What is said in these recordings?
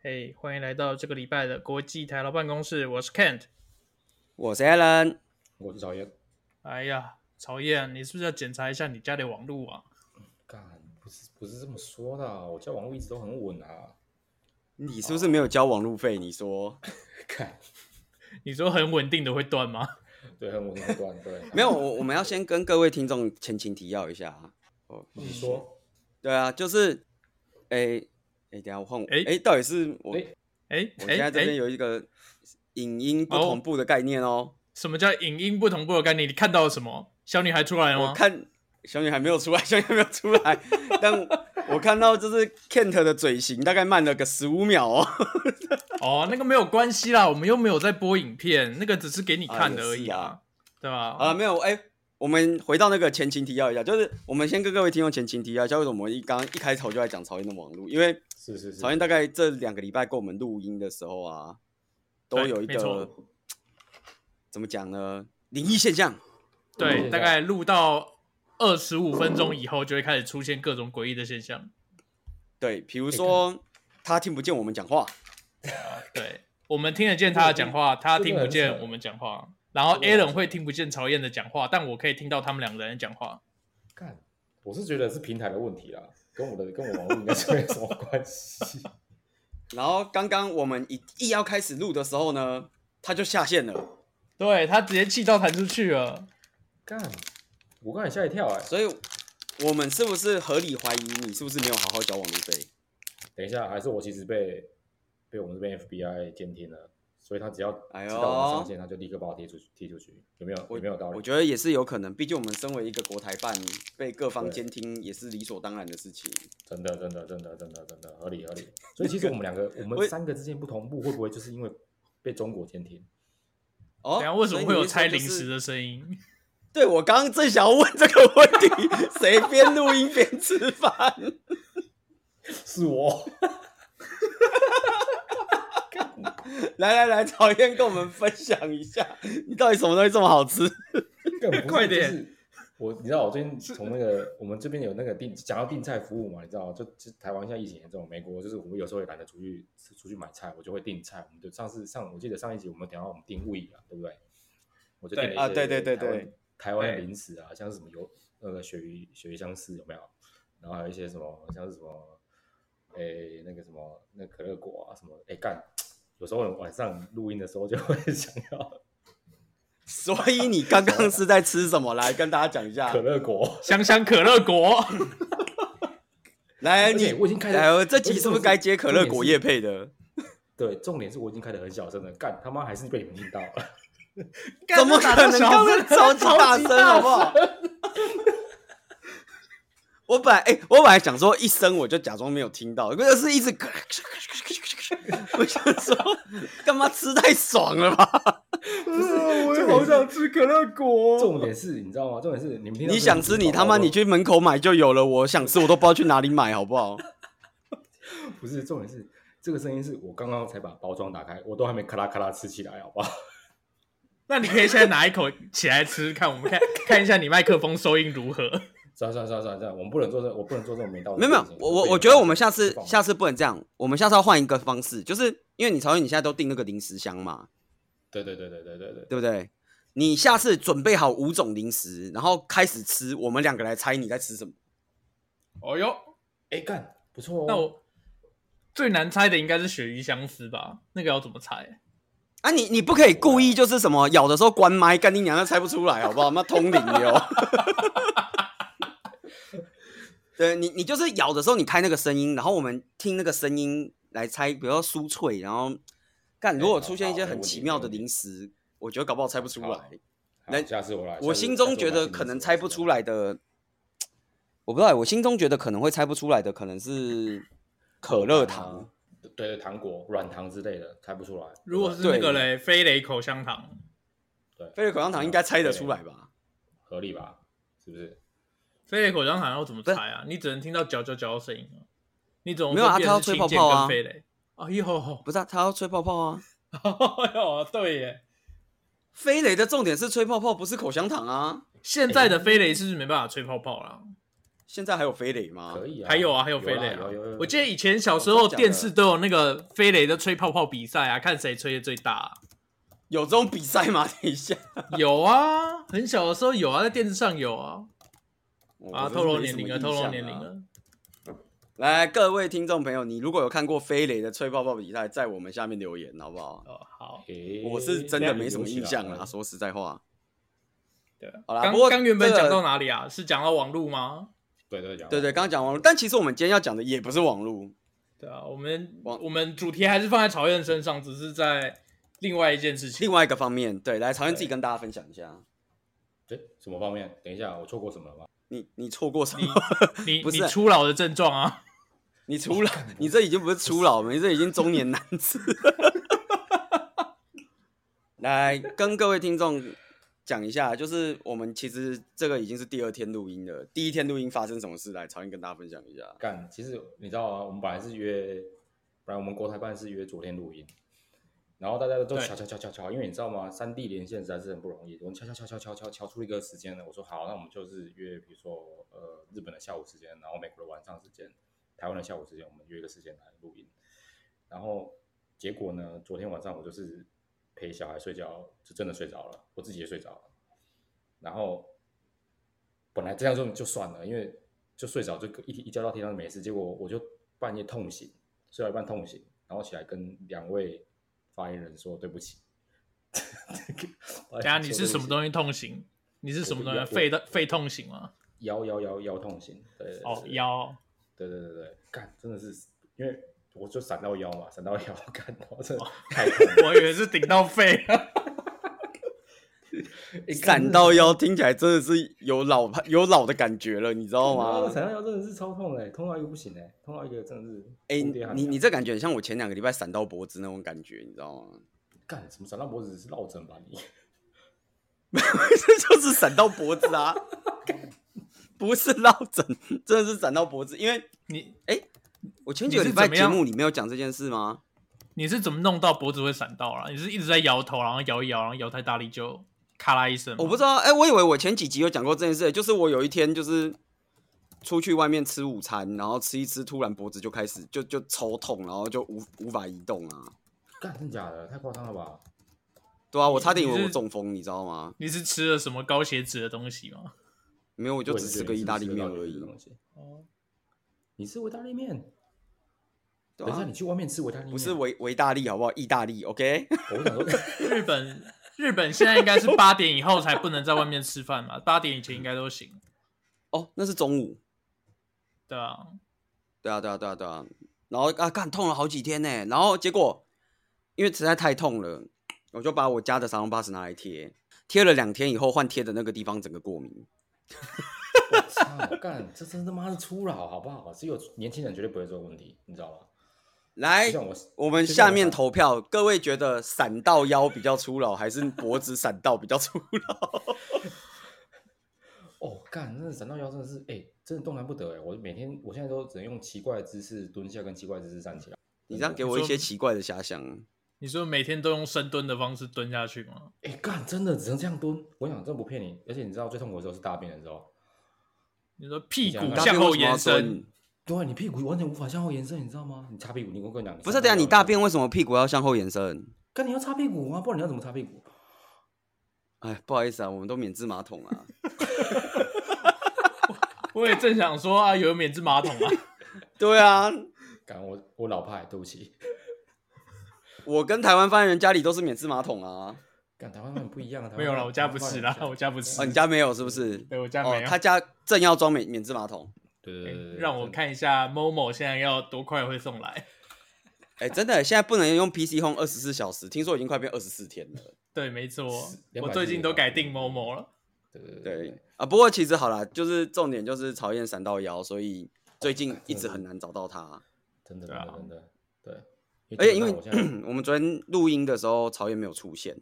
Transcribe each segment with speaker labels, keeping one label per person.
Speaker 1: 嘿、欢迎来到这个礼拜的国际台劳办公室，我是 Kent。
Speaker 2: 我是 Alan，
Speaker 3: 我是导演，
Speaker 1: 哎呀，曹燕，你是不是要检查一下你家里网路啊？
Speaker 3: 干不是不是这么说的啊，我家网络一直都很稳啊。
Speaker 2: 你是不是没有交网路费？你说
Speaker 3: 看，
Speaker 1: 你说很稳定的会断吗？
Speaker 3: 对，很稳很断，对。
Speaker 2: 没有？我我们要先跟各位听众前情提要一下啊。
Speaker 3: 你说，
Speaker 2: 对啊，就是，诶诶，等一下我换我，
Speaker 1: 诶
Speaker 2: 诶，到底是我、
Speaker 3: 哎，
Speaker 1: 哎
Speaker 2: 我
Speaker 1: 哎
Speaker 2: 现在这边
Speaker 1: 哎，
Speaker 2: 有一个影音不同步的概念哦。
Speaker 1: 什么叫影音不同步的概念？你看到了什么？小女孩出来了
Speaker 2: 我
Speaker 1: 吗？
Speaker 2: 看小女还没有出来，小女还没有出 来，但我看到就是 Kent 的嘴型大概慢了个十五秒哦。
Speaker 1: 哦，那个没有关系啦，我们又没有在播影片，那个只是给你看的而已啊，对吧？
Speaker 2: 啊，没有，哎、我们回到那个前情提要一下，就是我们先跟各位听众前情提要一下，为什么我们一刚一开头就在讲曹燕的网路，因为
Speaker 3: 是是是
Speaker 2: 曹，燕大概这两个礼拜跟我们录音的时候啊，都
Speaker 1: 对
Speaker 2: 有一
Speaker 1: 没
Speaker 2: 个
Speaker 1: 错
Speaker 2: 怎么讲呢？灵异现象，
Speaker 1: 对，大概录到二十五分钟以后，就会开始出现各种诡异的现象。
Speaker 2: 对，比如说他听不见我们讲话，
Speaker 1: 对，我们听得见他的讲话，他听不
Speaker 3: 真的很
Speaker 1: 见
Speaker 3: 扯
Speaker 1: 我们讲话。然后
Speaker 3: 真的
Speaker 1: Alan
Speaker 3: 很扯
Speaker 1: 会听不见曹燕的讲话，但我可以听到他们两个人讲话。
Speaker 3: 干，我是觉得是平台的问题啦，跟我的跟我网络应该是没有什么关系。
Speaker 2: 然后刚刚我们一一要开始录的时候呢，他就下线了，
Speaker 1: 对他直接气到弹出去了。
Speaker 3: 干，我刚才吓一跳哎，
Speaker 2: 所以我们是不是合理怀疑你是不是没有好好交网路费？
Speaker 3: 等一下，还是我其实被被我们这边 FBI 监听了，所以他只要
Speaker 2: 哎
Speaker 3: 知
Speaker 2: 呦
Speaker 3: 道我们上线，他就立刻把我踢出去，踢出去，有没有？有没有道
Speaker 2: 我
Speaker 3: 理？
Speaker 2: 觉得也是有可能，毕竟我们身为一个国台办，被各方
Speaker 3: 对
Speaker 2: 监听也是理所当然的事情。
Speaker 3: 真的，真的，真的，真的，真的合理合理。所以其实我们两个，我
Speaker 2: 我
Speaker 3: 们三个之间不同步，会不会就是因为被中国监听？
Speaker 2: 哦，
Speaker 1: 然后为什么会有
Speaker 2: 猜
Speaker 1: 拆零食？的声音？
Speaker 2: 对我刚刚正想要问这个问题，谁边录音边吃饭？
Speaker 3: 是我，
Speaker 2: 来来来，曹燕跟我们分享一下，你到底什么东西这么好吃？
Speaker 3: 更不是
Speaker 1: 快点！
Speaker 3: 就是我你知道我最近从那个我们这边有那个订讲到订菜服务嘛，你知道，就就台湾现在疫情严重，美国就是我们有时候也懒得出去出去买菜，我就会订菜。我们就上次上我记得上一集我们讲到我们订物饮啊，对不对？我就订了一
Speaker 2: 对啊
Speaker 3: 些
Speaker 2: 对对对
Speaker 3: 台湾
Speaker 2: 对
Speaker 3: 台湾的
Speaker 1: 对
Speaker 3: 零食啊，像是什么油那个鳕鱼鳕鱼香丝有没有？然后还有一些什么像是什么诶那个什么那可乐果啊什么诶干，有时候晚上录音的时候就会想要
Speaker 2: 所以你刚刚是在吃什么？来跟大家讲一下
Speaker 3: 可。乐果。
Speaker 1: 香香可乐 果，
Speaker 2: 来，
Speaker 3: 而且
Speaker 2: 哎你
Speaker 3: 我已经开始
Speaker 2: 来，我呃这集是不是该接可乐果叶配的？
Speaker 3: 对，重点是我已经开的很小声了，干他妈还是被你们听到了。
Speaker 2: 怎么可能？刚刚超级大声，好不好？ 我本来哎、我本来想说一声我就假装没有听到，可是一直咳，我想说干嘛吃太爽了吧？
Speaker 1: 我
Speaker 3: 也好想
Speaker 1: 吃可乐果。
Speaker 3: 重点是，你知道吗？重点是你们听到
Speaker 2: 你想吃你他妈你去门口买就有了，我想吃我都不知道去哪里买，好不 好？
Speaker 3: 不是重点是这个声音是我刚刚才把包装打开，我都还没咔啦咔啦吃起来，好不好？
Speaker 1: 那你可以现在拿一口起来吃，看我们看 看一下你麦克风收音如何。
Speaker 3: 算了算了算了算了算了，我们不能做这，我不能做这种没道理
Speaker 2: 没
Speaker 3: 的
Speaker 2: 有
Speaker 3: 事
Speaker 2: 没
Speaker 3: 情。
Speaker 2: 有，我我
Speaker 3: 被你
Speaker 2: 我
Speaker 3: 们
Speaker 2: 觉得我们下次
Speaker 3: 放
Speaker 2: 下次不能这样，我们下次要换一个方式，就是因为你曹燕你现在都订那个零食箱嘛，
Speaker 3: 对对对对对对对，
Speaker 2: 对不对？你下次准备好五种零食，然后开始吃，我们两个来猜你在吃什么。
Speaker 1: 哦哟，
Speaker 3: 哎干不错哦。
Speaker 1: 那我最难猜的应该是鳕鱼香丝吧？那个要怎么猜？
Speaker 2: 啊你，你不可以故意就是什么咬的时候关麦，干你娘，那猜不出来好不好？那通灵的哦。 对你，你就是咬的时候你开那个声音，然后我们听那个声音来猜，比如说酥脆，然后干，如果出现一些很奇妙的零食，我觉得搞不好猜不出
Speaker 3: 好
Speaker 2: 来。
Speaker 3: 好
Speaker 2: 那
Speaker 3: 下次我来，下次
Speaker 2: 我心中觉得可能猜不出。来的，我不知道欸。我心中觉得可能会猜不出来的，可能是可乐糖。
Speaker 3: 对对糖果、软糖之类的猜不出来。
Speaker 1: 如果是
Speaker 2: 对
Speaker 1: 那个嘞，飞雷口香糖。
Speaker 3: 对
Speaker 2: 飞利口香糖应该猜得出来，吧？
Speaker 3: 合理吧？是不是？
Speaker 1: 飞雷口香糖要怎么猜啊？你只能听到嚼嚼嚼的声音啊。你怎么
Speaker 2: 没有啊
Speaker 1: 会辨识
Speaker 2: 他要吹泡
Speaker 1: 青
Speaker 2: 泡啊
Speaker 1: 箭跟飞雷。哎呦，
Speaker 2: 不是、啊，他要吹泡泡啊。
Speaker 1: 哎呦，对耶！
Speaker 2: 飞雷的重点是吹泡泡，不是口香糖啊。
Speaker 1: 现在的飞雷是不是没办法吹泡泡啦？
Speaker 2: 现在还有飞雷吗？
Speaker 3: 可以啊，
Speaker 1: 还有啊，还有飞雷
Speaker 3: 啊，有有有
Speaker 1: 我记得以前小时候
Speaker 2: 哦
Speaker 1: 电视都有那个飞雷的吹泡泡比赛啊，看谁吹的最大啊、
Speaker 2: 有这种比赛吗？等一下，
Speaker 1: 有啊，很小的时候有啊，在电视上有啊。
Speaker 2: 我
Speaker 1: 啊，
Speaker 2: 真是
Speaker 1: 透露年
Speaker 2: 没什
Speaker 1: 龄
Speaker 2: 么
Speaker 1: 了，
Speaker 2: 印
Speaker 1: 透露
Speaker 2: 象
Speaker 1: 年龄
Speaker 2: 啊。
Speaker 1: 了。
Speaker 2: 来，各位听众朋友，你如果有看过飞雷的吹泡泡比赛，在我们下面留言好不好？
Speaker 1: 哦，好，
Speaker 3: 诶
Speaker 2: 我是真的没什么印象
Speaker 3: 了
Speaker 2: 啦，。说实在
Speaker 1: 啊
Speaker 2: 话，
Speaker 1: 对啊。
Speaker 2: 好啦
Speaker 1: 刚
Speaker 2: 不过
Speaker 1: 刚原本
Speaker 2: 这个
Speaker 1: 讲到哪里啊？是讲到网络吗？
Speaker 3: 对对啊对
Speaker 2: 对对，刚刚讲网络，但其实我们今天要讲的也不是网络，
Speaker 1: 对啊，我们
Speaker 2: 网
Speaker 1: 我们主题还是放在曹燕身上，只是在另外一件事 情。
Speaker 2: 另外一个方面。对，来，曹燕自己跟大家分享一下，
Speaker 3: 哎，什么方面？等一下，我错过什么了吗？
Speaker 2: 你你错过什么？
Speaker 1: 你
Speaker 2: 不是
Speaker 1: 你初老的症状啊？
Speaker 2: 你初老，你这已经不是初老，你这已经中年男子。 来跟各位听众讲一下，就是我们其实这个已经是第二天录音了，第一天录音发生什么事，来曹燕跟大家分享一下。
Speaker 3: 干，其实你知道啊，我们本来是约，本来我们国台办是约昨天录音，然后大家都
Speaker 1: 对
Speaker 3: 敲敲敲敲敲，因为你知道吗，三地连线实在是很不容易，我们敲敲敲敲敲敲敲出一个时间了。我说好，那我们就是约，比如说呃日本的下午时间，然后美国的晚上时间，台湾的下午时间，我们约一个时间来录音。然后结果呢，昨天晚上我就是陪小孩睡觉，是真的睡着了，我自己也睡着了。然后本来这样就就算了，因为就睡着就一一觉到天亮没事，结果我就半夜痛醒，睡到一半痛醒，然后起来跟两位发言人说对不起。
Speaker 2: 哎
Speaker 1: 等下你是什么
Speaker 3: 西？
Speaker 1: 东西痛醒？你是什么东西啊
Speaker 3: 我？
Speaker 1: 肺的肺痛醒吗？
Speaker 3: 腰腰腰腰痛醒，对对对
Speaker 1: 哦，
Speaker 3: 对
Speaker 1: 腰。
Speaker 3: 对对对对，干真的是因为我就闪到腰嘛，闪到腰 干，然后真的太痛了。
Speaker 1: 我以为是顶到肺。
Speaker 3: 欸
Speaker 2: 闪到腰听起来真的是有老有老的感觉了，你知道吗？
Speaker 3: 闪到腰真的是超痛嘞，痛到一个不行嘞，痛到一个真的是。
Speaker 2: 哎、
Speaker 3: 蝴蝶喊
Speaker 2: 你
Speaker 3: 娘
Speaker 2: 你这感觉很像我前两个礼拜闪到脖子那种感觉，你知道吗？
Speaker 3: 干什么？闪到脖子是落枕吧你？
Speaker 2: 这就是闪到脖子啊， 不是落枕，真的是闪到脖子。因为
Speaker 1: 你
Speaker 2: 我前几个礼拜
Speaker 1: 你是怎么
Speaker 2: 节
Speaker 1: 样
Speaker 2: 目里没有讲这件事吗？
Speaker 1: 你是怎么弄到脖子会闪到啦？你是一直在摇头，然后摇一摇，然后摇太大力就咔啦一声吗。
Speaker 2: 我不知道，哎、我以为我前几集有讲过这件事，就是我有一天就是出去外面吃午餐，然后吃一吃，突然脖子就开始就就抽痛，然后就无无法移动啊。
Speaker 3: 干真假的？太夸张了吧？
Speaker 2: 对啊，我差点以为
Speaker 1: 你
Speaker 2: 我
Speaker 1: 是
Speaker 2: 中风，你知道吗？
Speaker 1: 你是吃了什么高血脂的东西吗？
Speaker 2: 没有，我就
Speaker 3: 我
Speaker 2: 只
Speaker 3: 也
Speaker 2: 吃
Speaker 3: 是觉
Speaker 2: 个
Speaker 3: 得你
Speaker 2: 意
Speaker 3: 是
Speaker 2: 大
Speaker 3: 吃
Speaker 2: 利
Speaker 3: 了
Speaker 2: 面
Speaker 3: 到底
Speaker 2: 而
Speaker 3: 这
Speaker 2: 已
Speaker 3: 个。东西。
Speaker 1: 哦，
Speaker 3: 你吃维大利面？
Speaker 2: 对
Speaker 3: 等一下
Speaker 2: 啊
Speaker 3: 你，去外面吃维大利面？
Speaker 2: 不是维维大利好不好？意大利，OK？
Speaker 3: 我想说，
Speaker 1: 日本日本现在应该是八点以后才不能在外面吃饭嘛，八点以前应该都行。
Speaker 2: 哦，那是中午。
Speaker 1: 对啊，
Speaker 2: 对啊，对啊，对啊，对啊。然后啊，干痛了好几天呢。然后结果因为实在太痛了，我就把我家的沙龙巴斯拿来贴，贴了两天以后，换贴的那个地方整个过敏。
Speaker 3: 我操，干这真他妈的粗老好不好？只有年轻人绝对不会这个问题，你知道吗？
Speaker 2: 来哎
Speaker 3: 就，像我，
Speaker 2: 我们
Speaker 3: 就像
Speaker 2: 下
Speaker 3: 我
Speaker 2: 面
Speaker 3: 上
Speaker 2: 投票，各位觉得闪到腰比较粗老，还是脖子闪到比较粗 老？
Speaker 3: 哦，干，那闪到腰真的是，哎、真的动弹不得哎！我每天，我现在都只能用奇怪的姿势蹲下，跟奇怪的姿势站起来。
Speaker 2: 你这样给
Speaker 1: 你
Speaker 2: 我一
Speaker 1: 说
Speaker 2: 些奇怪的遐想。
Speaker 1: 你说每天都用深蹲的方式蹲下去吗？
Speaker 3: 哎、干，真的只能这样蹲。我想，真不骗你，而且你知道最痛苦的时候是大便的时候，
Speaker 1: 你说屁股
Speaker 3: 你
Speaker 2: 大
Speaker 3: 想
Speaker 2: 便
Speaker 1: 向
Speaker 2: 为
Speaker 1: 后
Speaker 2: 什么要
Speaker 1: 延伸，
Speaker 2: 蹲？
Speaker 3: 对啊你屁股完全无法向后延伸，你知道吗？你擦屁股，你跟我跟我讲，
Speaker 2: 不是，等一下啊你
Speaker 3: 你
Speaker 2: 大便，为什么屁股要向后延伸？
Speaker 3: 干你要擦屁股啊，不然你要怎么擦屁股？
Speaker 2: 哎，不好意思啊，我们都免治马桶啊。
Speaker 1: 我也正想说啊，有免治马桶 啊。
Speaker 2: 对啊，
Speaker 3: 干我我老派，对不起。
Speaker 2: 我跟台湾发言人家里都是免治马桶啊。
Speaker 3: 干台湾饭不一样啊，台湾
Speaker 1: 没有啦
Speaker 3: 饭
Speaker 1: 我家不是啦
Speaker 3: 台湾饭
Speaker 1: 我家不是
Speaker 2: 哦，你家没有是不是？
Speaker 1: 对我家没有。哎
Speaker 2: 哦，他家正要装免免治马桶。
Speaker 3: 对对对对对，对
Speaker 1: 让我。看一下 Momo 现在要多快会送来。
Speaker 2: 哎、真的，现在不能用 PC Home 二十四小时，听说已经快变二十四天了。
Speaker 1: 对，没错，
Speaker 3: 240
Speaker 1: 我最近都改定 Momo 了。
Speaker 3: 对对对
Speaker 2: 对，啊，不过其实好啦，就是重点就是曹燕闪到腰，所以最近一直很难找到他。
Speaker 3: 真的
Speaker 1: 对
Speaker 3: 真
Speaker 1: 啊
Speaker 3: 的真的对。
Speaker 2: 而且因为
Speaker 3: 基本上我现在
Speaker 2: 嗯 我们昨天录音的时候，曹燕没有出现，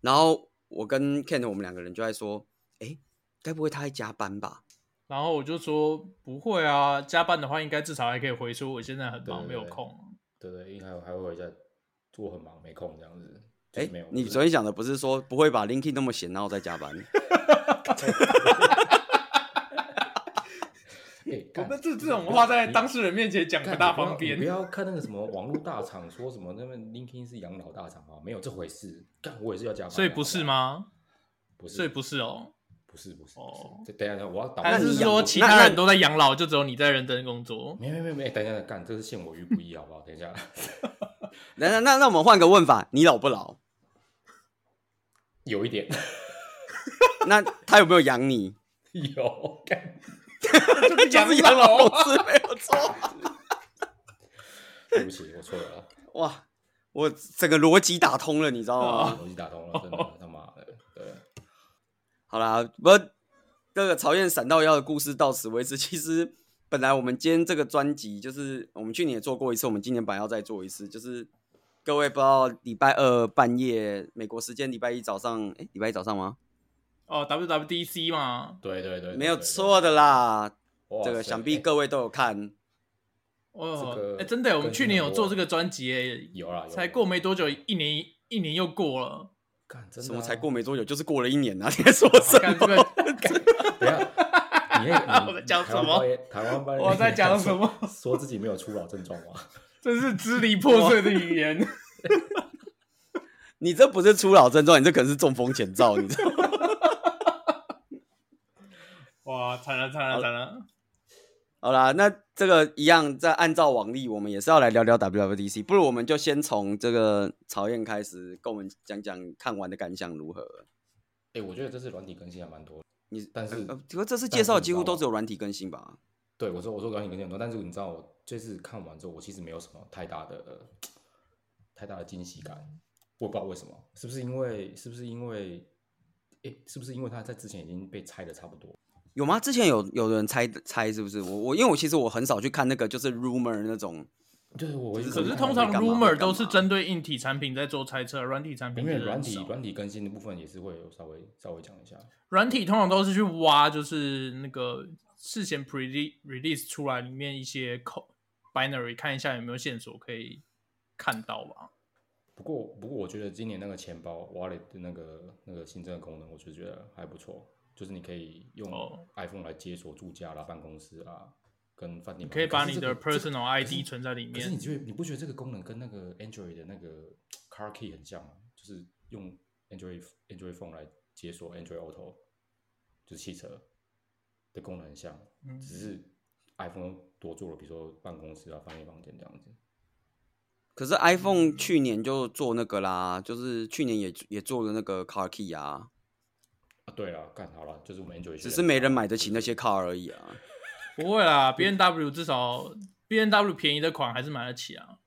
Speaker 2: 然后我跟 Ken 我们两个人就在说，哎、该不会他在加班吧？
Speaker 1: 然后我就说不会啊，加班的话应该至少还可以回说我现在很忙，
Speaker 3: 对对对
Speaker 1: 没有空。
Speaker 3: 对对，因为还有还会回家，我很忙没空这样子。就
Speaker 2: 哎、
Speaker 3: 是没有，
Speaker 2: 你
Speaker 3: 就是
Speaker 2: 昨天讲的不是说不会把 Linky 那么闲，然后再加班？
Speaker 3: 哎，
Speaker 1: 我
Speaker 3: 干
Speaker 1: 们哦这这种话在当事人面前讲不
Speaker 3: 干
Speaker 1: 大
Speaker 3: 你不要
Speaker 1: 方便
Speaker 3: 你不。要看那个什么网络大厂说什么那么 LinkedIn 是养老大厂啊，没有这回事。干我也是要加班的，
Speaker 1: 所以不是吗？
Speaker 3: 好不好？不
Speaker 1: 所以
Speaker 3: 是，
Speaker 1: 不是哦。
Speaker 3: 不是，不是，
Speaker 1: 哦
Speaker 3: 不是。等一下，等一下，我要打
Speaker 1: 但
Speaker 2: 那
Speaker 1: 是
Speaker 2: 你养
Speaker 1: 说
Speaker 2: 老
Speaker 1: 其
Speaker 2: 那
Speaker 1: 他
Speaker 2: 那
Speaker 1: 人都在养老，就只有你在认真工作。
Speaker 3: 没没没没，等一下，等一下干这个是陷我于不义，好不好？等一下，
Speaker 2: 那 那那那我们换个问法，你老不老？
Speaker 3: 有一点
Speaker 2: 那他有没有养 你？
Speaker 3: 有干，
Speaker 2: 就是养老公司没有错。
Speaker 3: 对不起，我错了，
Speaker 2: 哇，我整个逻辑打通了，你知道吗？
Speaker 3: 逻辑啊打通了，真
Speaker 1: 哦
Speaker 3: 的他妈的，对，
Speaker 2: 好啦，不，这个曹燕闪到腰的故事到此为止。其实本来我们今天这个专辑，就是我们去年也做过一次，我们今年本来要再做一次。就是各位不知道，礼拜二半夜美国时间，礼拜一早上，哎，礼拜一早上吗？
Speaker 1: 哦，WWDC 嘛，
Speaker 3: 对对对，
Speaker 2: 没有错的啦，
Speaker 3: 哇塞，
Speaker 2: 这个想必
Speaker 3: 哎
Speaker 2: 各位都有看。
Speaker 3: 这
Speaker 1: 哦
Speaker 3: 个，
Speaker 1: 哎，真的，我们
Speaker 3: 更
Speaker 1: 去年有
Speaker 3: 多
Speaker 1: 做这个专辑诶，
Speaker 3: 哎有啦，有啦
Speaker 1: 才过没多久，一年一年又过了。
Speaker 3: 干，真的
Speaker 2: 什么
Speaker 3: 啊
Speaker 2: 才过？没多久，就是过了一年啊！你 在说什
Speaker 1: 看这
Speaker 2: 么？
Speaker 1: 个，
Speaker 3: 等一下， 你那
Speaker 1: 我在讲什么
Speaker 3: 台湾班，
Speaker 1: 我在讲什么？
Speaker 3: 说自己没有初老症状吗？
Speaker 1: 真是支离破碎的语言。
Speaker 2: 你这不是初老症状，你这可能是中风前兆，你知道吗？
Speaker 1: 哇，惨了惨了惨了！
Speaker 2: 好啦，那这个一样，再按照往例，我们也是要来聊聊 WWDC。不如我们就先从这个曹燕开始，跟我们讲讲看完的感想如何？
Speaker 3: 哎，我觉得这次软体更新还蛮多的。
Speaker 2: 你
Speaker 3: 但是
Speaker 2: 呃，不过这次介绍几乎都只有软体更新吧？
Speaker 3: 对我说，我说软体更新很多，但是你知道，我这次看完之后，我其实没有什么太大的呃太大的惊喜感。我也不知道为什么，是不是因为是不是因为哎，是不是因为它在之前已经被拆的差不多？
Speaker 2: 有吗？之前有有人猜猜是不是？我我因为我其实我很少去看那个就是 rumor 那种，
Speaker 3: 对，我
Speaker 2: 就是
Speaker 1: 可
Speaker 2: 我
Speaker 1: 是
Speaker 2: 看
Speaker 1: 通
Speaker 2: 到
Speaker 1: 常
Speaker 2: 底干嘛会
Speaker 1: rumor
Speaker 2: 干
Speaker 1: 都是
Speaker 2: 嘛
Speaker 1: 针对硬体产品在做猜测，软体产品
Speaker 3: 因为
Speaker 1: 就是
Speaker 3: 软
Speaker 1: 很
Speaker 3: 体
Speaker 1: 少
Speaker 3: 软体更新的部分也是会有稍微稍微讲一下。
Speaker 1: 软体通常都是去挖，就是那个事前 pre release 出来里面一些 code binary，看一下有没有线索可以看到吧。
Speaker 3: 不过不过，我觉得今年那个钱包 Wallet 的那个那个新增的功能，我就觉得还不错，就是你可以用
Speaker 1: 哦
Speaker 3: iPhone 来解锁住家啦、办公室啊、跟饭店。
Speaker 1: 你可以把你的
Speaker 3: 可是这个
Speaker 1: personal
Speaker 3: 可是
Speaker 1: ID 存在里
Speaker 3: 可是你
Speaker 1: 面。
Speaker 3: 觉得你不觉得这个功能跟那个 Android 的那个 Car Key 很像吗？就是用 Android Android Phone 来解锁 Android Auto，就是汽车的功能很像，
Speaker 1: 嗯
Speaker 3: 只是 iPhone 多做了，比如说办公室啊、饭店房间这样子。
Speaker 2: 可是
Speaker 1: 嗯
Speaker 2: iPhone 去年就做那个啦，就是去年也也做了那个 car key 啊，
Speaker 3: 啊，对了，干好了，就是我们 Android
Speaker 2: 只
Speaker 3: 学
Speaker 2: 是
Speaker 3: 的
Speaker 2: 没人
Speaker 3: 嘛
Speaker 2: 买得起那些 car 而已啊。
Speaker 1: 不会啦，B N W 至少 B N W 便宜的款还是买得起啊。